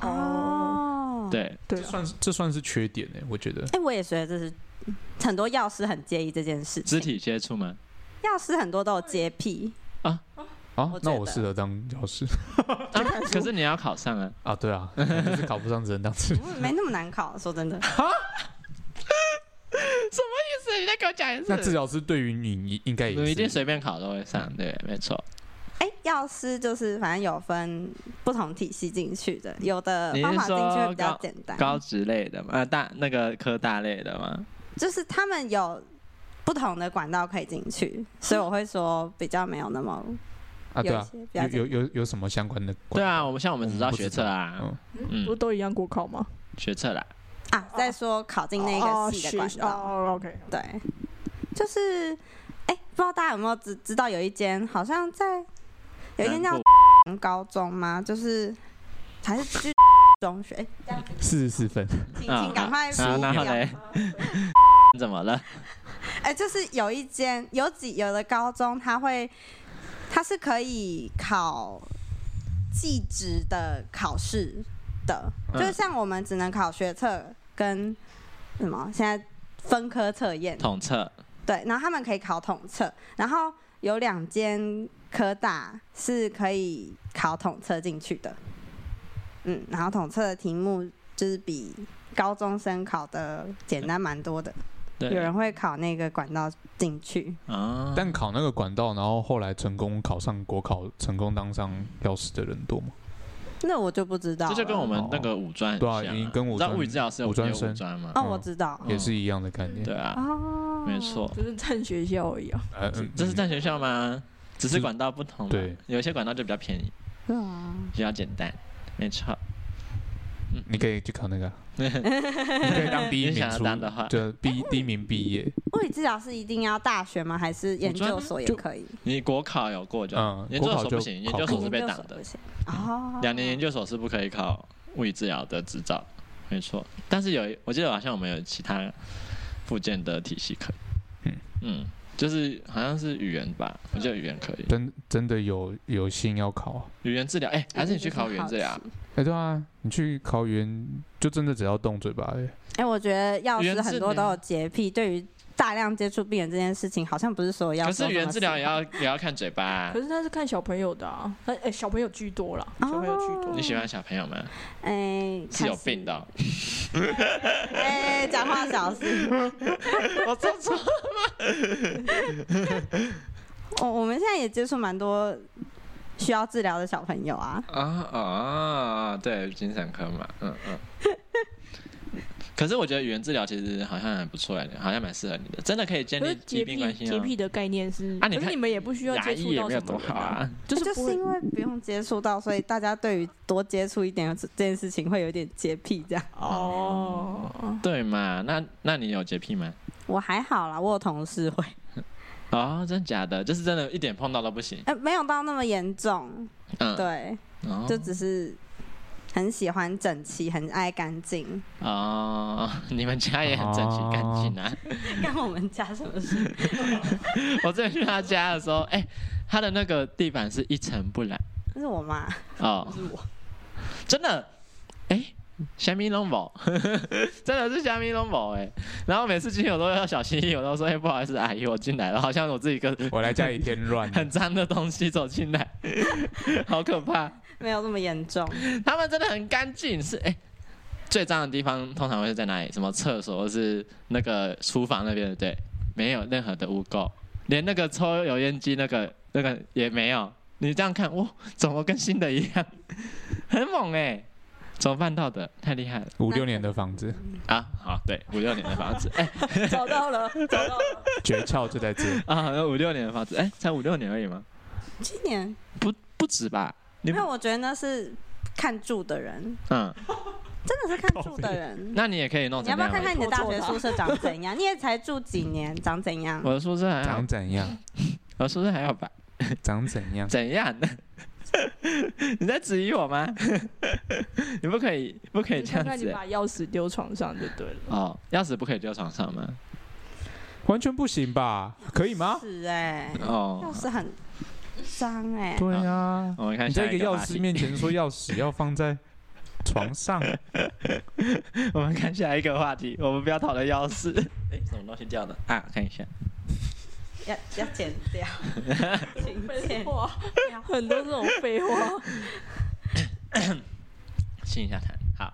Speaker 4: 哦，
Speaker 1: 对，
Speaker 5: 对
Speaker 3: 这算是这算是缺点呢，我觉得
Speaker 4: 哎、我也觉得这是嗯很多药师很介意这件事
Speaker 1: 肢
Speaker 4: 情，
Speaker 1: 体接触吗？
Speaker 4: 药师很多都有洁癖，
Speaker 3: 啊
Speaker 4: 我，觉
Speaker 3: 那
Speaker 4: 得
Speaker 3: 我适合当教师
Speaker 1: 啊，可是你要考上啊。
Speaker 3: 啊，对啊，就是考不上只能当
Speaker 1: <laughs>
Speaker 3: 治
Speaker 4: 嗯没那么难考，说真的，
Speaker 1: 是，你再给我讲一
Speaker 3: 那治疗师对于你，你应该也
Speaker 1: 你一定
Speaker 3: 是
Speaker 1: 随便考都会上，对，没错。
Speaker 4: 哎、药师就是反正有分不同体系进去的，有的
Speaker 1: 你是
Speaker 4: 方法进去会比
Speaker 1: 说
Speaker 4: 较
Speaker 1: 高
Speaker 4: 简单，
Speaker 1: 高职类的嘛，呃，大那个科大类的嘛，
Speaker 4: 就是他们有不同的管道可以进去，所以我会说比较没有那么
Speaker 3: 啊，对
Speaker 4: 有一
Speaker 3: 啊，
Speaker 4: 些比较
Speaker 3: 有
Speaker 4: 简
Speaker 3: 有有有什么相关的？
Speaker 1: 对啊，，我们像我们只知道学测
Speaker 3: 我
Speaker 1: 啊
Speaker 3: 们，
Speaker 5: 不
Speaker 1: 嗯，
Speaker 5: 都一样国考吗？
Speaker 1: 学测啦，
Speaker 4: 啊，再说考进那
Speaker 5: 哦
Speaker 4: 个系的管
Speaker 5: 学
Speaker 4: 道，
Speaker 5: 哦，OK，
Speaker 4: 对，就是哎、不知道大家有没有知知道有一间好像在有一间
Speaker 1: 南
Speaker 4: 叫
Speaker 1: 部
Speaker 4: 高中吗？就是还是 <laughs> 去中学，哎
Speaker 3: 四十四分，
Speaker 4: 请
Speaker 1: 啊
Speaker 4: 请赶快
Speaker 1: 啊，
Speaker 4: 不
Speaker 1: 然后
Speaker 4: 要
Speaker 1: 嘞，
Speaker 4: <laughs>
Speaker 1: <laughs> 怎么了？
Speaker 4: 哎、就是有一间有几有的高中，它会它是可以考技职的考试的，
Speaker 1: 嗯
Speaker 4: 就是像我们只能考学测跟什么现在分科测验，
Speaker 1: 统测，
Speaker 4: 对，然后他们可以考统测，然后有两间科大是可以考统测进去的，嗯，然后统测的题目就是比高中生考的简单蛮多的，有啊
Speaker 1: 对
Speaker 4: 人会考那个管道进去，
Speaker 1: 啊，
Speaker 3: 但考那个管道，然后后来成功考上国考，成功当上药师的人多吗？
Speaker 4: 那我就不知道
Speaker 1: 这
Speaker 4: 了。
Speaker 1: 就跟我们那个五专很
Speaker 3: 对啊
Speaker 1: 像
Speaker 3: 已经跟
Speaker 1: 你
Speaker 3: 五
Speaker 1: 知道
Speaker 3: 专
Speaker 1: 物理治疗师有
Speaker 3: 五专
Speaker 1: 有
Speaker 3: 生
Speaker 1: 五专吗？
Speaker 4: 哦，
Speaker 3: 嗯
Speaker 4: 我知道
Speaker 3: 也是一样的概念。
Speaker 1: 对啊，
Speaker 4: 哦，
Speaker 1: 没错，
Speaker 5: 只是蹭学校啊一样。
Speaker 3: 呃，嗯
Speaker 1: 这是
Speaker 3: 嗯
Speaker 1: 在学校吗？只是
Speaker 3: 是
Speaker 1: 管道不同嘛，
Speaker 3: 对
Speaker 1: 有些管道就比较便宜，
Speaker 4: 是啊，
Speaker 1: 比较简单，没错。
Speaker 3: 你可以去考
Speaker 1: <laughs>
Speaker 3: 那个啊，你可以当第一
Speaker 1: 你
Speaker 3: 名
Speaker 1: 想要
Speaker 3: 出，
Speaker 1: 当的话
Speaker 3: 就第第一名毕业，
Speaker 4: 物理治疗是一定要大学吗？还是研究所也
Speaker 3: 就
Speaker 4: 可以？
Speaker 1: 你国考有过就好，
Speaker 3: 嗯
Speaker 1: 啊研究
Speaker 3: 国
Speaker 1: 所
Speaker 3: 考
Speaker 1: 不
Speaker 3: 就
Speaker 1: 行，研
Speaker 3: 考
Speaker 1: 究
Speaker 3: 过
Speaker 1: 所是被挡的
Speaker 4: 不，行哦，
Speaker 1: 两年研究所是不可以考物理治疗的执照，没错。但是有一，我记得好像我们有其他附件的体系可以，嗯
Speaker 3: 嗯
Speaker 1: 就是好像是语言吧，我记得语言可以，
Speaker 3: 真真的有有心要考啊。
Speaker 1: 语言治疗，哎、还是你去考语言
Speaker 4: 好
Speaker 1: 治
Speaker 4: 奇
Speaker 1: 疗，
Speaker 3: 哎，对啊，你去考语言，就真的只要动嘴巴而已。
Speaker 4: 哎、我觉得药
Speaker 1: 原
Speaker 4: 师
Speaker 1: 治
Speaker 4: 很多
Speaker 1: 疗
Speaker 4: 都有洁癖，对于大量接触病人这件事情，好像不是所有药
Speaker 1: 可
Speaker 4: 师
Speaker 1: 是
Speaker 4: 都
Speaker 1: 语
Speaker 4: 这
Speaker 1: 言
Speaker 4: 么
Speaker 1: 治疗
Speaker 4: 喜
Speaker 1: 也
Speaker 4: 欢
Speaker 1: 要也要看嘴巴、啊
Speaker 5: 可。是他是看小朋友的啊，他哎、小朋友居多啦，小朋友居多。
Speaker 1: 你喜欢小朋友吗？
Speaker 4: 哎、
Speaker 1: 嗯是有
Speaker 4: 开始
Speaker 1: 病的哦、
Speaker 4: 哎，讲、话小心。
Speaker 1: <laughs> 我做错。
Speaker 4: 我 <laughs> 我们现在也接触蛮多需要治疗的小朋友啊，
Speaker 1: 啊啊，对，精神科嘛，嗯嗯。可是我觉得语言治疗其实好像还不错哎，好像蛮适合你的，真的可以建
Speaker 5: 可
Speaker 1: 立
Speaker 5: 是
Speaker 1: 疾
Speaker 5: 洁
Speaker 1: 病
Speaker 5: 癖
Speaker 1: 关系啊
Speaker 5: 洁癖的概念是，
Speaker 1: 啊你
Speaker 5: 可是
Speaker 1: 看
Speaker 5: 你们也不需要
Speaker 1: 牙
Speaker 5: 接
Speaker 1: 医
Speaker 5: 触
Speaker 1: 也
Speaker 5: 到
Speaker 1: 没有
Speaker 5: 什么
Speaker 1: 多
Speaker 5: 人
Speaker 1: 好啊，
Speaker 5: 就是
Speaker 4: 哎就
Speaker 5: 不
Speaker 4: 是
Speaker 5: 会
Speaker 4: 因为不用接触到，所以大家对于多接触一点这件事情会有点洁癖这样。
Speaker 5: 哦。
Speaker 1: 对嘛？那那你有洁癖吗？
Speaker 4: 我还好啦，我有同事会，
Speaker 1: 哦，真假的，就是真的一点碰到都不行。
Speaker 4: <laughs> 呃，没有到那么严重，
Speaker 1: 嗯，，
Speaker 4: 对，
Speaker 1: 哦，
Speaker 4: 就只是很喜欢整齐，很爱干 <laughs> 净，
Speaker 1: 哦，你们家也很整齐干净啊。
Speaker 4: 干我们家什么事？
Speaker 1: 我之前去他家的时候，哎、他的那个地板是一尘不染
Speaker 4: <laughs> 那是我妈。
Speaker 1: 哦，是我，真的，哎、虾米龙宝， <laughs> 真的是虾米龙宝哎。然后每次进去我都要小心翼翼，我都说哎、不好意思，阿姨我进来了，好像我自己一个，
Speaker 3: 我来家里添乱
Speaker 1: <laughs> 很脏的东西走进来， <laughs> 好可怕。
Speaker 4: 没有那么严 <laughs> 重，
Speaker 1: 他们真的很干净，是哎、最脏的地方通常会是在哪里？什么厕所或是那个厨房那边，对不对？没有任何的污垢，连那个抽油烟机那个那个也没有。你这样看，哇，怎么跟新的一样？很猛哎、怎么办到的？太厉害了
Speaker 3: 五六年的房 <laughs> 子，
Speaker 1: 啊！好，对，五六年的房子，哎、
Speaker 5: 找到了，找到了。
Speaker 3: 诀窍就在这。
Speaker 1: 啊，那五六年的房子，哎、才五六年而已吗？
Speaker 4: 今年
Speaker 1: 不，不止吧？你
Speaker 4: 因为我觉得那是看住的人，
Speaker 1: 嗯，
Speaker 4: 真的是看住的人。
Speaker 1: 那你也可以弄
Speaker 4: 你要
Speaker 1: 成
Speaker 4: 不
Speaker 1: 那样
Speaker 4: 要
Speaker 1: 而
Speaker 4: 看
Speaker 1: 已。
Speaker 4: 看你的大学
Speaker 5: 我做的啊
Speaker 4: 宿舍长
Speaker 1: <laughs>
Speaker 4: 怎样？你也才住几年，长怎样？
Speaker 1: 我的宿舍还好
Speaker 3: 长，怎样？
Speaker 1: 我的宿舍还好吧？
Speaker 3: 长怎样？
Speaker 1: 怎样？ <laughs> 你在质疑我吗？ <laughs> 你不可以，不可以
Speaker 5: 你
Speaker 1: 这
Speaker 5: 看
Speaker 1: 样
Speaker 5: 看你
Speaker 1: 子欸、
Speaker 5: 把钥匙丢床上就对了。
Speaker 1: 哦，钥匙不可以丢床上吗？
Speaker 3: 完全不行吧？可以吗？
Speaker 4: 是哎，
Speaker 1: 哦
Speaker 4: 钥，匙很脏哎。
Speaker 3: 对啊，
Speaker 1: 我们看
Speaker 3: 你
Speaker 1: 下
Speaker 3: 在一个
Speaker 1: 个
Speaker 3: 钥
Speaker 1: 话
Speaker 3: 匙
Speaker 1: 题。
Speaker 3: 面前说钥匙要放在床上，
Speaker 1: <laughs> 我们看下一个话题，我们不要讨论钥
Speaker 3: <laughs>
Speaker 1: 匙。哎、什么东西掉的啊？看一下，
Speaker 4: 要要剪
Speaker 1: <laughs>
Speaker 4: 掉，请
Speaker 5: 废
Speaker 4: 剪。
Speaker 5: 话，很多这种废话。
Speaker 1: 清一下痰。好，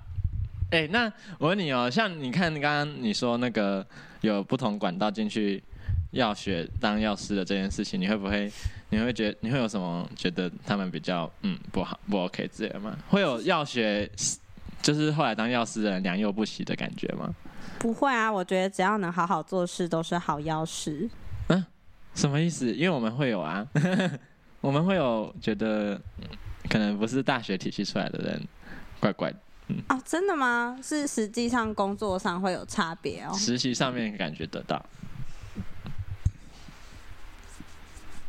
Speaker 1: 哎、那我问你哦，像你看刚刚你说那个有不同管道进去要学当药师的这件事情，你会不会？你会觉你会有什么觉得他们比较嗯不好不 OK 之类的吗？会有药学就是后来当药师的人良莠不齐的感觉吗？
Speaker 4: 不会啊，我觉得只要能好好做事，都是好钥匙。
Speaker 1: 什么意思？因为我们会有啊， <laughs> 我们会有觉得嗯可能不是大学体系出来的人怪怪的
Speaker 4: 哦，真的吗？是实际上工作上会有差别哦。
Speaker 1: 实习上面感觉得到。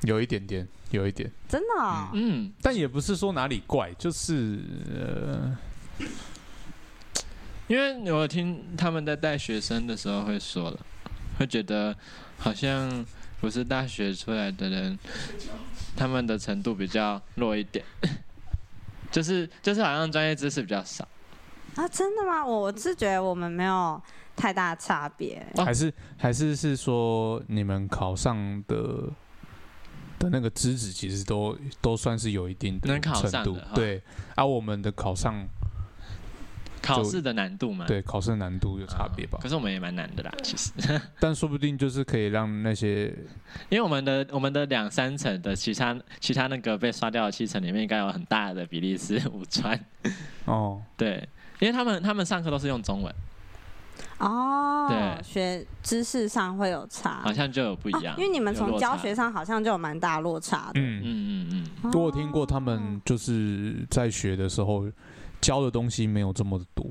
Speaker 3: 有一点点，有一点，
Speaker 4: 真的哦，
Speaker 1: 嗯，
Speaker 3: 但也不是说哪里怪，就是呃，
Speaker 1: 因为我听他们在带学生的时候会说了，会觉得好像不是大学出来的人，他们的程度比较弱一点， <laughs> 就是就是好像专业知识比较少。
Speaker 4: 啊，真的吗？我我是觉得我们没有太大差别。
Speaker 1: 哦
Speaker 3: 还是还是是说你们考上的的那个资质其实都都算是有一定的
Speaker 1: 能考上
Speaker 3: 程
Speaker 1: 的
Speaker 3: 度
Speaker 1: 哈，
Speaker 3: 对。而我们的考上
Speaker 1: 考试的难度嘛，
Speaker 3: 对考试难度有差别吧
Speaker 1: 嗯可，是我们也蛮难的啦，其实， <laughs>
Speaker 3: 但说不定就是可以让那些
Speaker 1: 因为我们的我们的两三层的其他其他那个被刷掉的七层里面，应该有很大的比例是五川， <laughs>
Speaker 3: 哦，
Speaker 1: 对，因为他们他们上课都是用中文，
Speaker 4: 哦
Speaker 1: 对，
Speaker 4: 学知识上会有差，
Speaker 1: 好像就有不一样，
Speaker 4: 啊哦因为你们
Speaker 1: 有
Speaker 4: 从
Speaker 1: 落
Speaker 4: 教
Speaker 1: 差
Speaker 4: 学，上好像就有蛮大落差的。哦
Speaker 3: 嗯，
Speaker 4: 嗯
Speaker 1: 嗯嗯嗯，
Speaker 3: 我有听过他
Speaker 1: 哦
Speaker 3: 们就是在学的时候教的东西没有这么的多，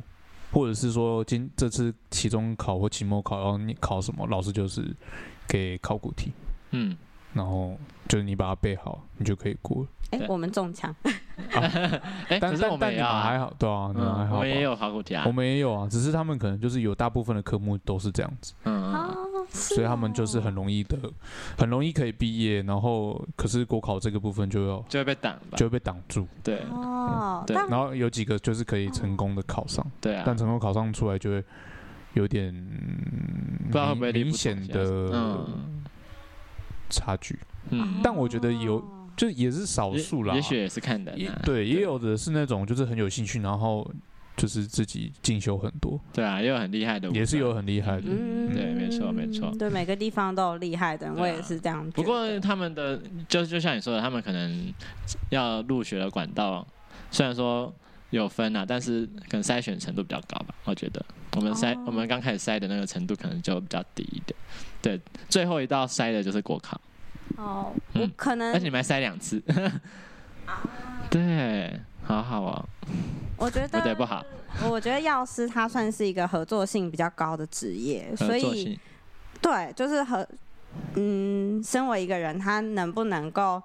Speaker 3: 或者是说今这次期中考或期末考，然后你考什么，老师就是给考古题，
Speaker 1: 嗯，
Speaker 3: 然后就是你把它背好，你就可以过了。
Speaker 4: 哎、
Speaker 1: 对
Speaker 4: 我们中枪，
Speaker 1: 哎，
Speaker 3: 但
Speaker 1: 可是我们
Speaker 3: 但但
Speaker 1: 也
Speaker 3: 你
Speaker 1: 要
Speaker 3: 们还
Speaker 1: 啊，
Speaker 3: 好，对啊，你们还
Speaker 1: 嗯，
Speaker 3: 好
Speaker 1: 我们也
Speaker 3: 吧。
Speaker 1: 有考古题啊
Speaker 3: 我，们也有啊，只是他们可能就是有大部分的科目都是这样子，
Speaker 1: 嗯嗯嗯，
Speaker 4: 哦，
Speaker 3: 所以他们就是很容易的，很容易可以毕业，然后可是国考这个部分就要
Speaker 1: 就会被挡吧嗯
Speaker 3: 就，会被挡住，
Speaker 1: 对
Speaker 4: 哦，
Speaker 1: 嗯对
Speaker 4: 但
Speaker 3: 然后有几个就是可以成功的考上。
Speaker 1: 对啊
Speaker 3: 但，成功考上出来就会有点不
Speaker 1: 嗯不知道会不会离
Speaker 3: 明
Speaker 1: 不同
Speaker 3: 显
Speaker 1: 现在
Speaker 3: 的
Speaker 1: 嗯
Speaker 3: 差距，
Speaker 1: 嗯，
Speaker 3: 呃但我觉得有
Speaker 4: 哦
Speaker 3: 就也是少
Speaker 1: 也
Speaker 3: 数啦。
Speaker 1: 也许也是看人
Speaker 3: 也
Speaker 1: 啊，
Speaker 3: 对，也有的是那种就是很有兴趣，然后就是自己进修很多，
Speaker 1: 对啊，也有很厉害的，
Speaker 3: 也是有很厉害的。
Speaker 1: 嗯对没错没错
Speaker 4: 对，每个地方都有厉害的人，
Speaker 1: 对啊
Speaker 4: 我也是这样觉
Speaker 1: 不
Speaker 4: 得。
Speaker 1: 过他们的就就像你说的，他们可能要入学的管道，虽然说有分啊，但是可能筛选程度比较高吧。我觉得我们筛、
Speaker 4: 哦
Speaker 1: 我们刚开始筛的那个程度可能就比较低一点。对，最后一道筛的就是国考，
Speaker 4: 哦，
Speaker 1: 嗯
Speaker 4: 我可
Speaker 1: 而且你
Speaker 4: 能
Speaker 1: 们还筛两次。 <laughs> 对，好好哦，
Speaker 4: 我觉
Speaker 1: 我得不
Speaker 4: 得，
Speaker 1: 好，
Speaker 4: 我觉得药师他算是一个合作性比较高的职业，所
Speaker 1: 合呃作
Speaker 4: 以
Speaker 1: 性。
Speaker 4: 对，就是和嗯，身为一个人，他能不能够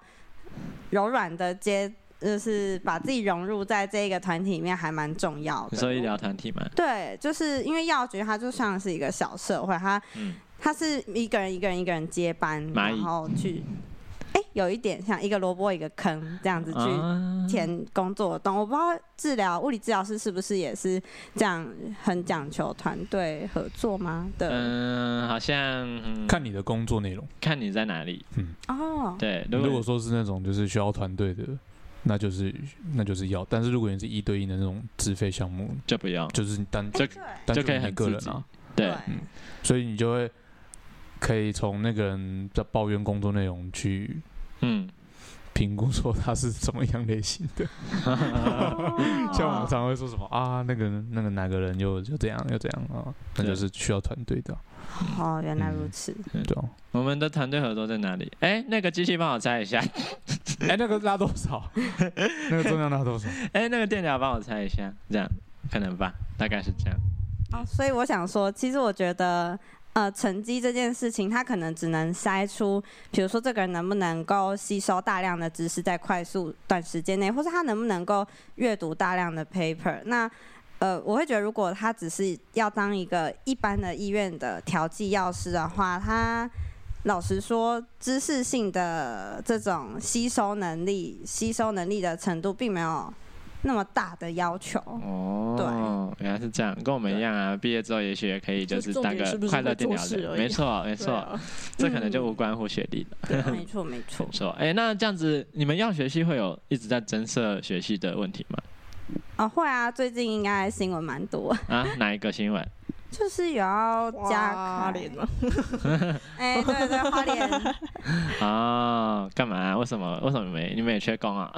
Speaker 4: 柔软的接，就是把自己融入在这一个团体里面，还蛮重要的。
Speaker 1: 你说医疗团体嘛，
Speaker 4: 对，就是因为药局它就像是一个小社会，它、
Speaker 1: 嗯
Speaker 4: 它是一个人一个人一个人接班，
Speaker 1: 蚂蚁
Speaker 4: 然后去，哎、有一点像一个萝卜一个坑这样子去
Speaker 1: 啊，
Speaker 4: 填工作的洞。我不知道治疗物理治疗师是不是也是这样很讲求团队合作吗？对，
Speaker 1: 嗯，好像、嗯
Speaker 3: 看你的工作内容，嗯
Speaker 1: 看你在哪里。
Speaker 4: 哦，
Speaker 1: 对，如
Speaker 3: 如
Speaker 1: 果
Speaker 3: 果说是那种就是需要团队的，那就是那就是要；但是如果你是一对一的那种自费项目，
Speaker 1: 就不用，
Speaker 3: 就是你单
Speaker 1: 就
Speaker 3: 单
Speaker 1: 就可以
Speaker 3: 纯
Speaker 1: 很
Speaker 3: 一个
Speaker 1: 自
Speaker 3: 人
Speaker 1: 己
Speaker 3: 啊，
Speaker 1: 对，
Speaker 3: 嗯所以你就会可以从那个人的抱怨工作内容去
Speaker 1: 嗯，
Speaker 3: 评估说他是什么样类型
Speaker 1: <laughs>
Speaker 3: 的。
Speaker 1: 哦
Speaker 3: 像我们常会说什么啊，那个那个哪个人又又这样又这样啊，那
Speaker 1: 对
Speaker 3: 就是需要团队的啊，
Speaker 4: 哦，原来如
Speaker 3: 嗯
Speaker 4: 此。
Speaker 3: 对
Speaker 1: <laughs>
Speaker 3: 啊。
Speaker 1: 我们的团队合作在哪里？哎、那个机器帮我猜一下， <laughs>
Speaker 3: 哎，那个拉多少？ <laughs> 那个重量拉多少？
Speaker 1: 哎、那个电疗帮我猜一下，这样可能吧，大概是这样。
Speaker 4: 哦，所以我想说，其实我觉得，呃，成绩这件事情，它可能只能筛出，比如说这个人能不能够吸收大量的知识，在快速短时间内，或是他能不能够阅读大量的 paper。那呃，我会觉得，如果他只是要当一个一般的医院的调剂药师的话，他老实说，知识性的这种吸收能力、吸收能力的程度，并没有那么大的要求。
Speaker 1: 哦，对，原来是这样，跟我们一样啊。毕业之后也许也可以就是当
Speaker 5: 就重点
Speaker 1: 个
Speaker 5: 是不是
Speaker 1: 快乐电疗
Speaker 5: 会做事
Speaker 1: 人，
Speaker 5: 而已
Speaker 1: 没错没
Speaker 5: 对
Speaker 1: 错，
Speaker 5: 啊
Speaker 1: 这可能就无关乎学历了。
Speaker 4: 没错，没错
Speaker 1: 没。错，哎、那这样子，你们药学系会有一直在增设学系的问题吗？
Speaker 4: <laughs> 哦，会啊，最近应该新闻蛮多， <laughs>
Speaker 1: 啊， <laughs> 哪一个新闻？
Speaker 4: 就是有要加
Speaker 5: 花
Speaker 4: 开
Speaker 5: 莲，嘛，
Speaker 4: 哎、对对，花莲 <laughs>
Speaker 1: 哦，干嘛、为什么？为什么没？你们也缺工啊？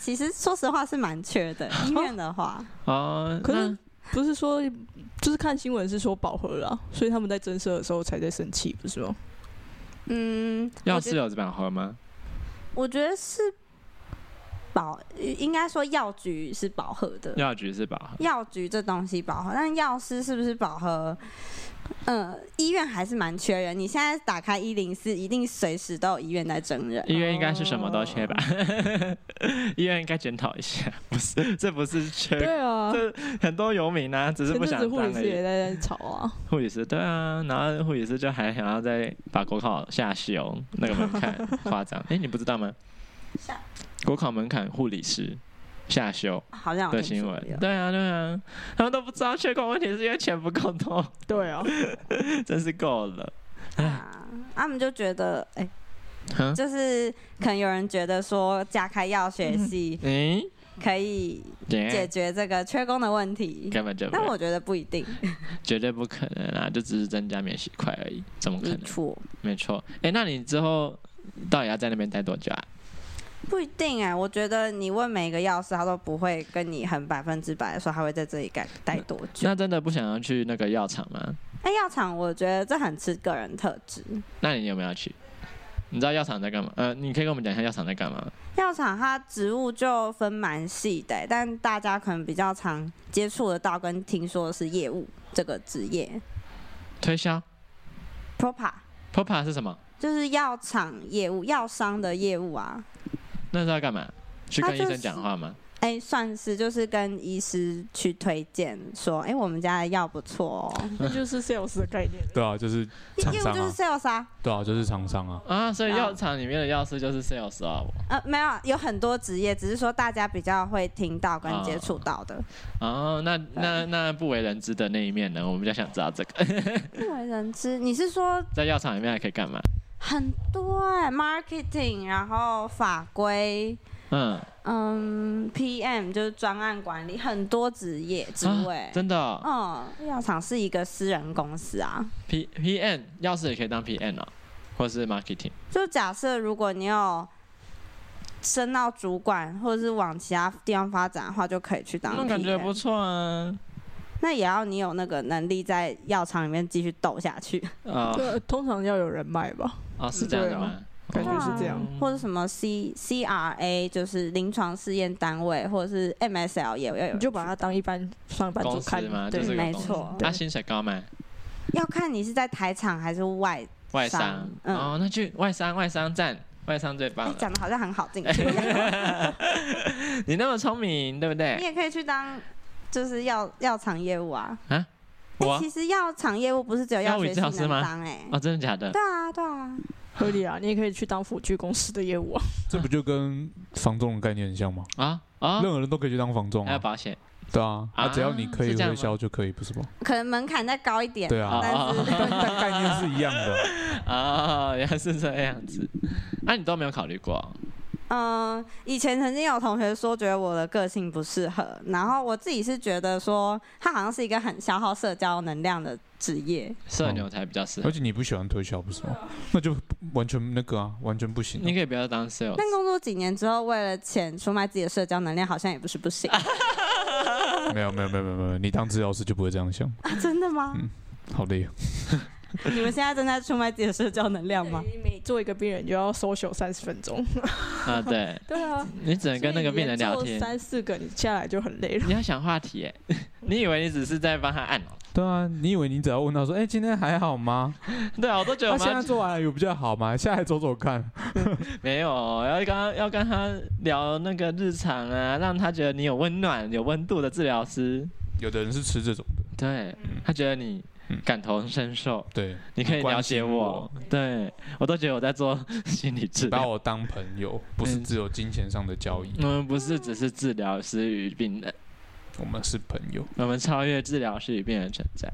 Speaker 4: 其实说实话是蛮缺的，医院的
Speaker 1: <laughs>
Speaker 4: 话，
Speaker 1: 哦，
Speaker 5: 可
Speaker 1: 那
Speaker 5: 是不是说就是看新闻是说饱和了啊，所以他们在增设的时候才在生气，不是吗？
Speaker 4: 嗯，
Speaker 1: 药
Speaker 4: 我
Speaker 1: 师
Speaker 4: 觉
Speaker 1: 哦
Speaker 4: 得
Speaker 1: 有这版合吗？
Speaker 4: 我觉得是饱，应该说药局是饱和的，
Speaker 1: 药局是饱和。
Speaker 4: 药局这东西饱和，但药师是不是饱和？嗯、医院还是蛮缺人。你现在打开一零四，一定随时都有医院在征
Speaker 5: 呃
Speaker 4: 人。
Speaker 1: 医院应该是什么都缺吧？ <laughs> 医院应该检讨一下， <laughs> 不是，这不是缺，
Speaker 5: 对啊，
Speaker 1: 这很多游民啊，只是
Speaker 5: 前
Speaker 1: 不
Speaker 5: 阵子
Speaker 1: 想
Speaker 5: 护理
Speaker 1: 当而
Speaker 5: 师也
Speaker 1: 已。
Speaker 5: 在在吵啊，
Speaker 1: 护理师对啊，然后护理师就还想要再把国考下修那个门槛，夸张。哎，你不知道吗？
Speaker 4: 下
Speaker 1: 国考门槛护理师下修
Speaker 4: 好像有
Speaker 1: 的
Speaker 4: 听
Speaker 1: 新
Speaker 4: 说
Speaker 1: 闻
Speaker 4: 有，
Speaker 1: 对啊对啊，他们都不知道缺工问题是因为钱不够多， <laughs>
Speaker 5: <laughs> 对啊，
Speaker 1: 真是够了。
Speaker 4: 啊啊，他们就觉得，哎、
Speaker 1: 哼，
Speaker 4: 就是可能有人觉得说加开药学系
Speaker 1: 嗯，
Speaker 4: 可以解
Speaker 1: 姐，
Speaker 4: 决这个缺工的问题，
Speaker 1: 根本就
Speaker 4: 但
Speaker 1: 没有
Speaker 4: 我觉得不一定。
Speaker 1: 绝对不可能啊，就只是增加免洗块而已，怎么可
Speaker 4: 没
Speaker 1: 能？
Speaker 4: 错，
Speaker 1: 没错，哎、那你之后到底要在那边待多久啊？
Speaker 4: 不一定哎、我觉得你问每一个药师，他都不会跟你很百分之百的说他会在这里待待多久。
Speaker 1: 那真的不想要去那个药厂吗？
Speaker 4: 哎，药厂我觉得这很吃个人特质。
Speaker 1: 那你有没有要去？你知道药厂在干嘛？呃，你可以跟我们讲一下药厂在干嘛？
Speaker 4: 药厂它职务就分蛮细的欸、但大家可能比较常接触得到跟听说的是业务这个职业
Speaker 1: 推销
Speaker 4: ，propa
Speaker 1: ，POPA 是什么？
Speaker 4: 就是药厂业务、药商的业务啊。
Speaker 1: 那是要干嘛？去
Speaker 4: 它
Speaker 1: 跟医
Speaker 4: 就
Speaker 1: 生讲
Speaker 4: 是
Speaker 1: 话吗？
Speaker 4: 哎、算是就是跟医师去推荐说，哎、我们家的药不错哦、
Speaker 5: 那就是 sales 的概念。
Speaker 3: 对啊，就是厂
Speaker 4: 业务
Speaker 3: 商
Speaker 4: 就是
Speaker 3: 啊，
Speaker 4: sales 啊，
Speaker 3: 对啊，就是厂商啊。
Speaker 1: 啊，所以
Speaker 4: 啊
Speaker 1: 药厂里面的药师就是 sales 啊。
Speaker 4: 呃，没有，有很多职业，只是说大家比较会听到跟接触到的。
Speaker 1: 哦，那那那不为人知的那一面呢？我们比较想知道这个，
Speaker 4: 不为人知，你是说
Speaker 1: 在药厂里面还可以干嘛？
Speaker 4: 很多哎、m a r k e t i n g 然后法规，
Speaker 1: 嗯，
Speaker 4: 嗯，PM 就是专案管理，很多职业职位。
Speaker 1: 啊真的哦、
Speaker 4: 嗯，药厂是一个私人公司啊。
Speaker 1: P P N 药师也可以当 P N 哦，或是 marketing。
Speaker 4: 就假设如果你有升到主管，或者是往其他地方发展的话，就可以去当
Speaker 1: 那
Speaker 4: PM。
Speaker 1: 感觉不错啊。
Speaker 4: 那也要你有那个能力在药厂里面继续斗下去，
Speaker 1: 啊
Speaker 5: 对，通常要有人脉吧，
Speaker 1: 哦，是这样的吗？
Speaker 4: 哦
Speaker 1: 哦
Speaker 5: 感觉是这样。
Speaker 4: 或者什么 C C R A，就是临床试验单位，或者是 M S L 也要有嗯
Speaker 5: 你。就把它当一般上班族
Speaker 1: 公司
Speaker 5: 看
Speaker 1: 嘛，，就
Speaker 5: 对
Speaker 1: 是个
Speaker 4: 没
Speaker 1: 公司
Speaker 4: 错
Speaker 1: 那
Speaker 5: 对
Speaker 1: 薪水高吗？
Speaker 4: 要看你是在台厂还是外，
Speaker 1: 外商
Speaker 4: 商。嗯
Speaker 1: 哦，那去外商，外商站，外商最棒
Speaker 4: 哎
Speaker 1: 了。
Speaker 4: 讲的好像很好进去一
Speaker 1: 哎
Speaker 4: 样。
Speaker 1: <laughs> 你那么聪明，对不
Speaker 4: 你
Speaker 1: 对？
Speaker 4: 也可以去当，就是药药厂业务啊。哎、
Speaker 1: 我
Speaker 4: 其实药厂业务不是只有药
Speaker 1: 药物
Speaker 4: 学系
Speaker 1: 治疗师
Speaker 4: 能
Speaker 1: 吗
Speaker 4: 当哎、
Speaker 1: 哦，真的假的？
Speaker 4: 对啊，对啊，
Speaker 5: 合理啊。你也可以去当辅具公司的业
Speaker 1: <laughs>
Speaker 5: 务啊，
Speaker 3: 这不就跟房仲的概念很像吗？
Speaker 1: 啊啊，
Speaker 3: 任何人都可以去当房仲
Speaker 1: 还有
Speaker 3: 啊，
Speaker 1: 保险
Speaker 3: 对啊，啊，
Speaker 1: 啊
Speaker 3: 只要你可以
Speaker 1: 是这样吗
Speaker 3: 推销就可以，不是
Speaker 1: <laughs>
Speaker 3: 吗？
Speaker 4: 可能门槛再高一点。
Speaker 3: 对啊，
Speaker 4: 但
Speaker 1: 哦
Speaker 4: 是
Speaker 3: 但但概念是一样的。
Speaker 1: 啊，原来是这样子。那你都没有考虑过？
Speaker 4: <laughs>
Speaker 1: 哦
Speaker 4: 嗯，以前曾经有同学说觉得我的个性不适合，然后我自己是觉得说，它好像是一个很消耗社交能量的职业。
Speaker 3: 哦
Speaker 1: 社牛才比较适合
Speaker 3: 而。且你不喜欢推销，不
Speaker 1: <laughs>
Speaker 3: 是吗？那就完全那个啊，完全不行啊、
Speaker 1: 你可以不要当 sales，
Speaker 4: 但工作几年之后，为了钱出卖自己的社交能量，好像也不是不行。
Speaker 3: 没有没有没有没有没有，你当治疗师就不会这样
Speaker 1: <laughs>
Speaker 3: 想，
Speaker 4: 啊真的吗
Speaker 3: 嗯？好累啊。
Speaker 4: 你们现在正在出卖自己的社交能量
Speaker 3: <laughs>
Speaker 4: 吗？
Speaker 5: 你每哎做一个病人你就要 social 三十分
Speaker 1: <laughs>
Speaker 5: 钟。
Speaker 1: 啊，对，
Speaker 5: 对啊，
Speaker 1: 你只能跟那个病人聊天，
Speaker 5: 三四个你下来就很累了。
Speaker 1: 你要想话题耶。你以为你只是在帮他按哦？ <laughs>
Speaker 3: 对啊，你以为你只要问他说，哎、今天还好吗？
Speaker 1: 对啊，我都觉得我
Speaker 3: 他、现
Speaker 1: 们
Speaker 3: 在
Speaker 1: 要
Speaker 3: 做完了有比较好吗？下来走走看。
Speaker 1: 没有，哦要跟他要跟他聊那个日常啊，让他觉得你有温暖、有温度的治疗师，
Speaker 3: 有的人是吃这种的，
Speaker 1: 对他觉得你
Speaker 3: 嗯
Speaker 1: 感同身受，
Speaker 3: 对，
Speaker 1: 你可以了解
Speaker 3: 我
Speaker 1: 我，对我都觉得我在做 <laughs> 心理治
Speaker 3: 把
Speaker 1: 疗。
Speaker 3: 我当朋友，不是只有金钱上的交易，
Speaker 1: 我们不是只是治疗师与病人，
Speaker 3: 我们是朋友。
Speaker 1: 我们超越治疗师与病人存在。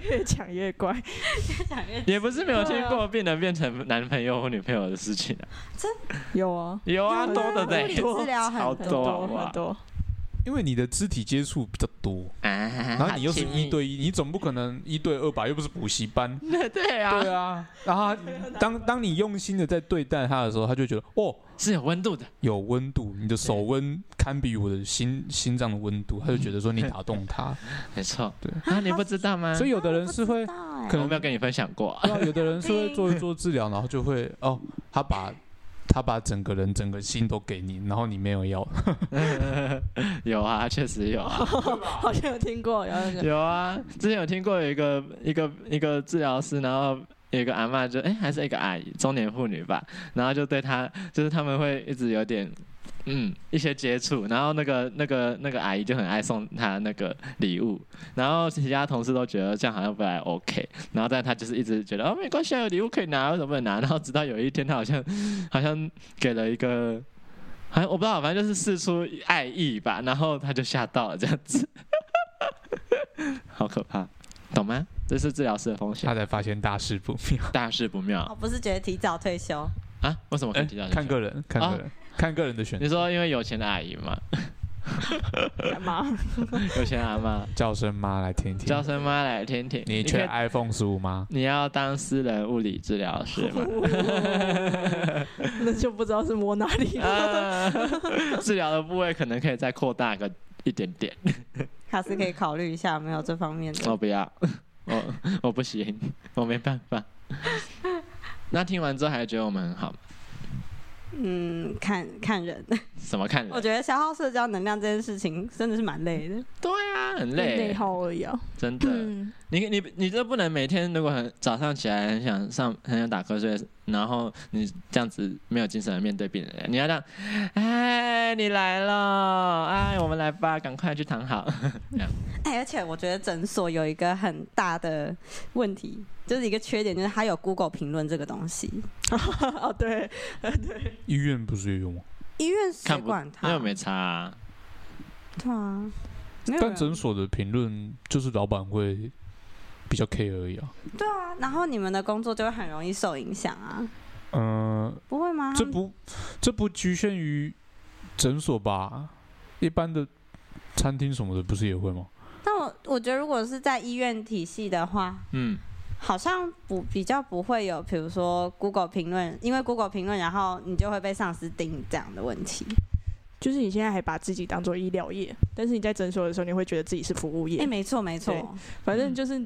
Speaker 5: 越讲越怪，
Speaker 3: 欸
Speaker 1: 也不是没有听
Speaker 5: 对
Speaker 1: 过病人变成男朋友或女朋友的事情啊，
Speaker 5: 有啊，
Speaker 1: <laughs> <laughs> 有啊，
Speaker 4: 有啊
Speaker 1: 多的嘞，
Speaker 4: 物理
Speaker 1: <laughs>
Speaker 4: 治疗很
Speaker 1: 超多
Speaker 5: 很多
Speaker 1: 啊哇
Speaker 5: 很多。
Speaker 3: 因为你的肢体接触比较多，
Speaker 1: 然
Speaker 3: 然后你又是一对一，你总不可能一对二吧？又不是补习班。
Speaker 1: <laughs> 对
Speaker 3: <laughs>
Speaker 1: 啊，
Speaker 3: 对啊，然后他当当你用心的在对待他的时候，他就觉得哦，
Speaker 1: 是有温度的，
Speaker 3: 有温度，你的手温堪比我的心心脏的温
Speaker 1: 嗯
Speaker 3: 度，他就觉得说你打
Speaker 1: <laughs>
Speaker 3: 动他。
Speaker 1: 没错。
Speaker 3: 对
Speaker 1: 啊，你不知道吗？
Speaker 3: 所以有的人是会
Speaker 4: 知，道哎
Speaker 3: 可
Speaker 1: 我
Speaker 3: 能
Speaker 1: 没有跟你分享
Speaker 3: <laughs>
Speaker 1: 过， <laughs>
Speaker 3: 对啊有的人是会做一做治疗，然后就会哦，他把他把整个人整个心都给你，然后你没有要，
Speaker 1: 有啊，确实有啊，
Speaker 5: 好像有听过，然后就
Speaker 1: 有啊。之前有听过有一个一个一个治疗师，然后有一个阿嬷就哎、还是一个阿姨，中年妇女吧，然后就对她就是他们会一直有点。嗯，一些接触，然后那个那个那个阿姨就很爱送她那个礼物，然后其他同事都觉得这样好像不太 OK，然后但她就是一直觉得哦没关系啊，有礼物可以拿，为什么不能拿？ <laughs> 然后直到有一天，她好像好像给了一个，好像我不知道，反正就是试出爱意 <laughs> 吧，然后她就吓到了这样子，好可怕，懂吗？这是治疗师的风险
Speaker 3: 他，才发现大事不妙。
Speaker 1: 大事不
Speaker 4: 我
Speaker 1: 妙
Speaker 4: 不是觉得提早退休，
Speaker 1: 啊！为什么可
Speaker 3: 哎
Speaker 1: 以提到？
Speaker 3: 看个人，看个人，看个人的选
Speaker 1: 啊你
Speaker 3: 择。
Speaker 1: 说因为有钱的阿姨嘛，<laughs>
Speaker 5: 干嘛？
Speaker 1: 有钱的阿
Speaker 3: <laughs>
Speaker 1: 妈，
Speaker 3: 叫声妈来听听
Speaker 1: 叫。声妈来听听。
Speaker 3: 你
Speaker 1: 可
Speaker 3: 缺
Speaker 1: 以
Speaker 3: iPhone 十五吗？
Speaker 1: 你要当私人物理治疗师
Speaker 3: <laughs>
Speaker 1: 吗？
Speaker 5: <laughs> 那就不知道是摸哪里了。
Speaker 1: 啊， <laughs> 治疗的部位可能可以再扩大个一点点。
Speaker 4: 还是可以考虑一下，有没有这方面的。
Speaker 1: <laughs> 我不要，我我不行， <laughs> 我没办法。 <laughs> 那听完之后还觉得我们很好吗？
Speaker 4: 嗯，看看人， <laughs>
Speaker 1: 怎么看
Speaker 4: 我
Speaker 1: 人？
Speaker 4: 觉得消耗社交能量这件事情真的是蛮累的。
Speaker 1: 对啊，很
Speaker 5: 内
Speaker 1: 累，
Speaker 5: 耗而已啊。
Speaker 1: 真的。你你你这不能每天如果很早上起来很想上很想打瞌睡，然后你这样子没有精神的面对病人，你要让，哎，你来了，哎，我们来吧，赶快去躺好。
Speaker 4: 哎，而且我觉得诊所有一个很大的问题，就是一个缺点，就是它有 Google 评论这个东西。 <laughs> 呃
Speaker 5: 哦，对，
Speaker 3: 医院不是有吗？
Speaker 4: 医院谁
Speaker 1: 看不
Speaker 4: 管
Speaker 1: 因
Speaker 4: 它？
Speaker 1: 为我没差、啊，
Speaker 4: 对啊，没有
Speaker 3: 但
Speaker 4: 人
Speaker 3: 诊所的评论就是老板会比较 care 而已啊。
Speaker 4: 对啊，然后你们的工作就会很容易受影响啊，
Speaker 3: 嗯、
Speaker 4: 不会
Speaker 1: 啊
Speaker 4: 吗？
Speaker 3: 这不这不局限于诊所吧？一般的餐厅什么的不是也会吗？
Speaker 4: 但我我觉得，如果是在医院体系的话，
Speaker 1: 嗯，
Speaker 4: 好像不比较不会有，比如说 Google 评论，因为 Google 评论，然后你就会被上司盯这样的问题。
Speaker 5: 就是你现在还把自己当做医疗业，但是你在诊所的时候，你会觉得自己是服务
Speaker 4: 哎、
Speaker 5: 业。
Speaker 4: 没错没错，
Speaker 5: 对反正就是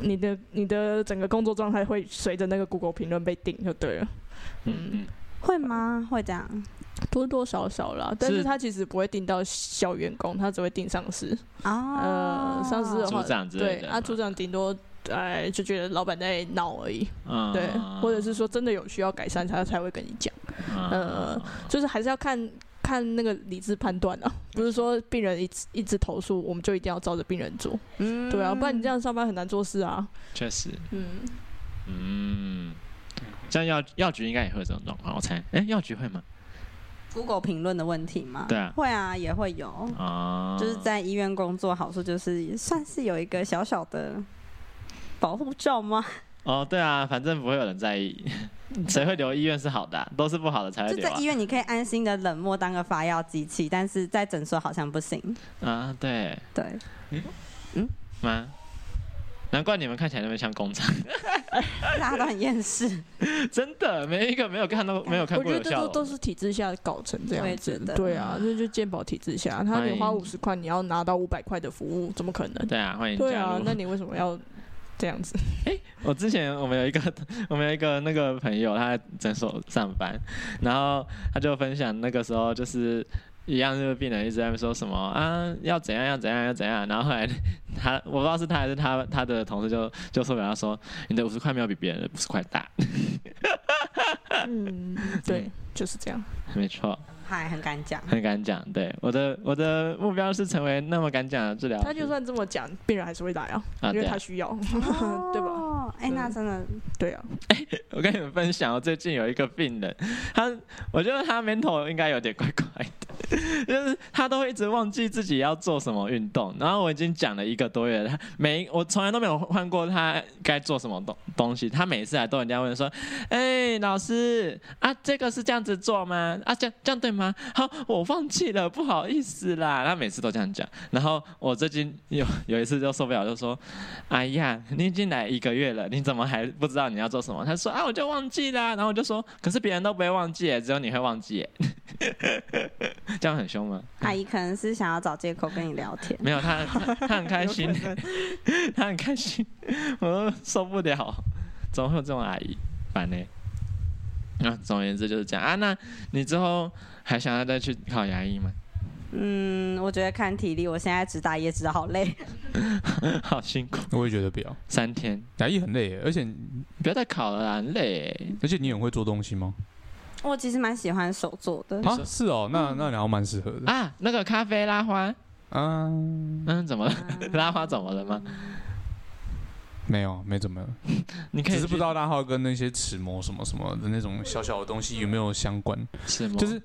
Speaker 5: 你的你的整个工作状态会随着那个 Google 评论被定就对了，
Speaker 1: 嗯
Speaker 4: 会吗？会这样？
Speaker 5: 多多少少啦。但是
Speaker 1: 是
Speaker 5: 他其实不会定到小员工，他只会定上司。
Speaker 4: 哦，
Speaker 5: 呃上司的
Speaker 1: 嗯，
Speaker 5: 话
Speaker 1: 组长之类
Speaker 5: 对，
Speaker 1: 的嘛，
Speaker 5: 啊，组长顶多哎就觉得老板在闹而已，
Speaker 1: 嗯，
Speaker 5: 对，或者是说真的有需要改善，他才会跟你讲。
Speaker 1: 嗯
Speaker 5: 呃就是还是要看看那个理智判断啊，不是说病人一直一直投诉，我们就一定要照着病人做，
Speaker 4: 嗯
Speaker 5: 对啊，不然你这样上班很难做事啊。
Speaker 1: 确实，
Speaker 5: 嗯，
Speaker 1: 嗯，像药药局应该也会有这种状况，我猜。哎、药局会吗？
Speaker 4: Google 评论的问题吗？
Speaker 1: 对啊
Speaker 4: 会啊，也会有。
Speaker 1: 啊、
Speaker 5: 哦
Speaker 4: 就是在医院工作，好处就是算是有一个小小的保护罩吗？
Speaker 1: 哦，对啊，反正不会有人在
Speaker 5: <laughs>
Speaker 1: 意，谁会留医院是好的啊、都是不好的才会
Speaker 4: 就
Speaker 1: 留
Speaker 4: 在
Speaker 1: 啊
Speaker 4: 医。院，你可以安心的冷漠当个发药机器，但是在诊所好像不行。
Speaker 1: 啊，对
Speaker 4: 对，
Speaker 1: 吗？难怪你们看起来那么像工厂， <laughs>
Speaker 4: 大家都很厌 <laughs> 世。
Speaker 1: 真的没一个没有看到没有看
Speaker 5: 我
Speaker 1: 过
Speaker 5: 觉
Speaker 1: 有
Speaker 5: 得这
Speaker 1: 效
Speaker 5: 都
Speaker 1: 的
Speaker 5: 都是体制下搞成这
Speaker 4: 我也
Speaker 5: 样
Speaker 4: 觉
Speaker 5: 子
Speaker 4: 得，
Speaker 5: 对啊，这就鉴保体制下，他
Speaker 1: 欢迎
Speaker 5: 你花五十块，你要拿到五百块的服务，怎么可能？
Speaker 1: 对啊，欢迎
Speaker 5: 对
Speaker 1: 加
Speaker 5: 啊
Speaker 1: 入。，
Speaker 5: 那你为什么要这
Speaker 4: <laughs>
Speaker 5: 样子？
Speaker 1: 我之前我们有一个 <laughs> 我们有一个那个朋友，他在诊所上班，然后他就分享那个时候就是一样，就是病人一直在那边说什么啊要怎样要怎样要怎样，然后后来他我不知道是他还是他他的同事就就受不了，他说你的五十块没有比别人的五十块大，
Speaker 5: 嗯，对，就是这样。
Speaker 1: 没错，
Speaker 4: 嗨，很敢讲。
Speaker 1: 很敢讲，对我的我的目标是成为那么敢讲的治疗师，
Speaker 5: 他就算这么讲，病人还是会来啊，
Speaker 1: 啊
Speaker 5: 因为
Speaker 1: 对啊
Speaker 5: 他，需要， <laughs> 对吧？嗯
Speaker 4: 哦，哎，那真的
Speaker 5: 对啊，
Speaker 1: 我跟你们分享，我最近有一个病人，他我觉得他 mental 应该有点怪怪的，就是他都会一直忘记自己要做什么运动。然后我已经讲了一个多月了，他每我从来都没有换过他该做什么东东西。他每次来都人家问说：“哎、老师啊，这个是这样子做吗？啊，这样这样对吗？”好，我忘记了，不好意思啦。他每次都这样讲。然后我最近有有一次就受不了，就说：“哎呀，你已经来一个月了，你怎么还不知道你要做什么？他说啊，我就忘记啦。然后我就说，可是别人都不会忘记耶，只有你会忘记耶。 <laughs> 这样很凶吗？
Speaker 4: 阿姨可能是想要找借口跟你聊天。
Speaker 1: 没有，他他他很开心， <laughs> 他很开心，我都受不了，怎么会有这种阿姨，烦呢、那、总而言之就是这样啊。那你之后还想要再去考牙医吗？
Speaker 4: 嗯，我觉得看体力，我现在直打也直的好累。
Speaker 1: 好辛苦，
Speaker 3: 我也觉得不要，
Speaker 1: 三天，
Speaker 3: 牙医很累耶，而且
Speaker 1: 不要再考了啦，很累耶。
Speaker 3: 而且你很会做东西吗？
Speaker 4: 我其实蛮喜欢手做的，
Speaker 3: 啊，是哦，
Speaker 1: 嗯
Speaker 3: 那那你还蛮适合的
Speaker 1: 啊，那个咖啡拉花，
Speaker 3: 啊，
Speaker 1: 嗯，怎么了？ <laughs> 拉花怎么了吗？
Speaker 3: 没有，没怎么样，
Speaker 1: 你可以
Speaker 3: 只是不
Speaker 1: 去
Speaker 3: 知道大号跟那些齿模什么什么的
Speaker 1: 嗯
Speaker 3: 那种小小的东西有没有相关，
Speaker 1: 是吗？
Speaker 3: 就是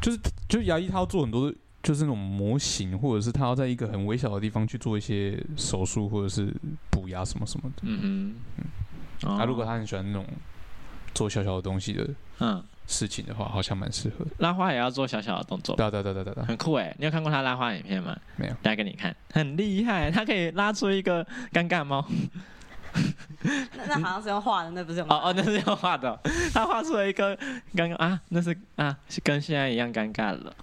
Speaker 3: 就是就是牙医他要做很多的就是那种模型，或者是他要在一个很微小的地方去做一些手术，或者是补牙什么什么的。
Speaker 1: 嗯哼，哦
Speaker 3: 啊，如果他很喜欢那种做小小的东西的
Speaker 1: 嗯
Speaker 3: 事情的话，好像蛮适合的。
Speaker 1: 拉花也要做小小的动作，
Speaker 3: 对啊对啊对啊对啊
Speaker 1: <laughs>
Speaker 3: 对啊，
Speaker 1: 很酷哎！你有看过他拉花的影片吗？
Speaker 3: 没有，
Speaker 1: 来给你看，很厉害，他可以拉出一个尴尬猫。
Speaker 4: 那那好像是用画的，那不是用
Speaker 1: 哦哦，那是要画的，他画出了一个刚刚啊，那是啊，是跟现在一样尴尬了。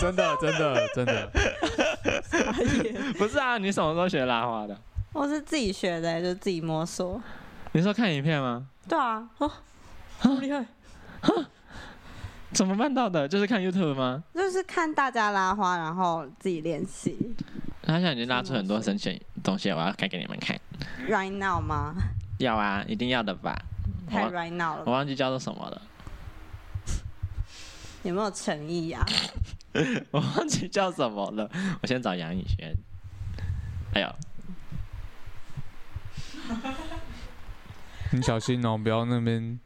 Speaker 3: 真的真的真的，
Speaker 5: 傻眼
Speaker 1: 不是啊，你什么时候学拉花的？
Speaker 4: 我是自己学的，就自己摸索。
Speaker 1: 你说看影片吗？
Speaker 4: 对啊，
Speaker 5: 好厉害！ <laughs>
Speaker 1: 怎么办到的？就是看 YouTube 吗？
Speaker 4: 就是看大家拉花，然后自己练习。
Speaker 1: 他现在已经拉出很多神奇东西了，我要开给你们看。
Speaker 4: Right now 吗？
Speaker 1: 要啊，一定要的吧？我
Speaker 4: 太
Speaker 1: 忘
Speaker 4: right now 了
Speaker 1: 我
Speaker 4: 吧，
Speaker 1: 忘记叫做什么了，
Speaker 4: 有没有诚意啊？
Speaker 1: 我忘记叫什么了。我先找杨以轩。哎呦，
Speaker 3: 你小心哦，不要那边，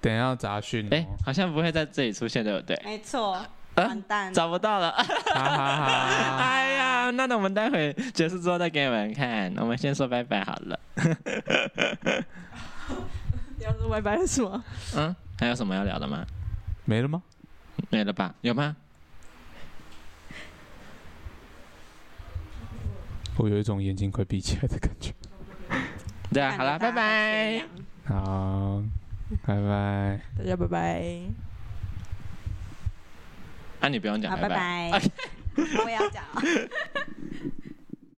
Speaker 3: 等一下杂讯
Speaker 1: 哎
Speaker 3: 哦，，
Speaker 1: 好像不会在这里出现，对不对？
Speaker 4: 没错，
Speaker 1: 啊
Speaker 4: 完蛋了，
Speaker 1: 找不到了。
Speaker 3: 哈哈哈。
Speaker 1: 哎呀，那我们待会结束之后再给你们看。我们先说拜拜好了。
Speaker 5: 你要说拜拜了是吗？
Speaker 1: 嗯，还有什么要聊的吗？
Speaker 3: 没了吗？
Speaker 1: 没了吧？有吗？
Speaker 3: 我有一种眼睛快闭起来的感觉。
Speaker 1: 对啊，
Speaker 4: 感觉
Speaker 1: 好了，
Speaker 4: 大
Speaker 1: 拜
Speaker 4: 家在宣
Speaker 1: 拜
Speaker 4: 扬。。
Speaker 3: 好，拜拜。
Speaker 5: 大家拜拜。
Speaker 1: 啊，你不用讲
Speaker 4: 好，
Speaker 1: 拜。
Speaker 4: 拜拜。我也要讲啊。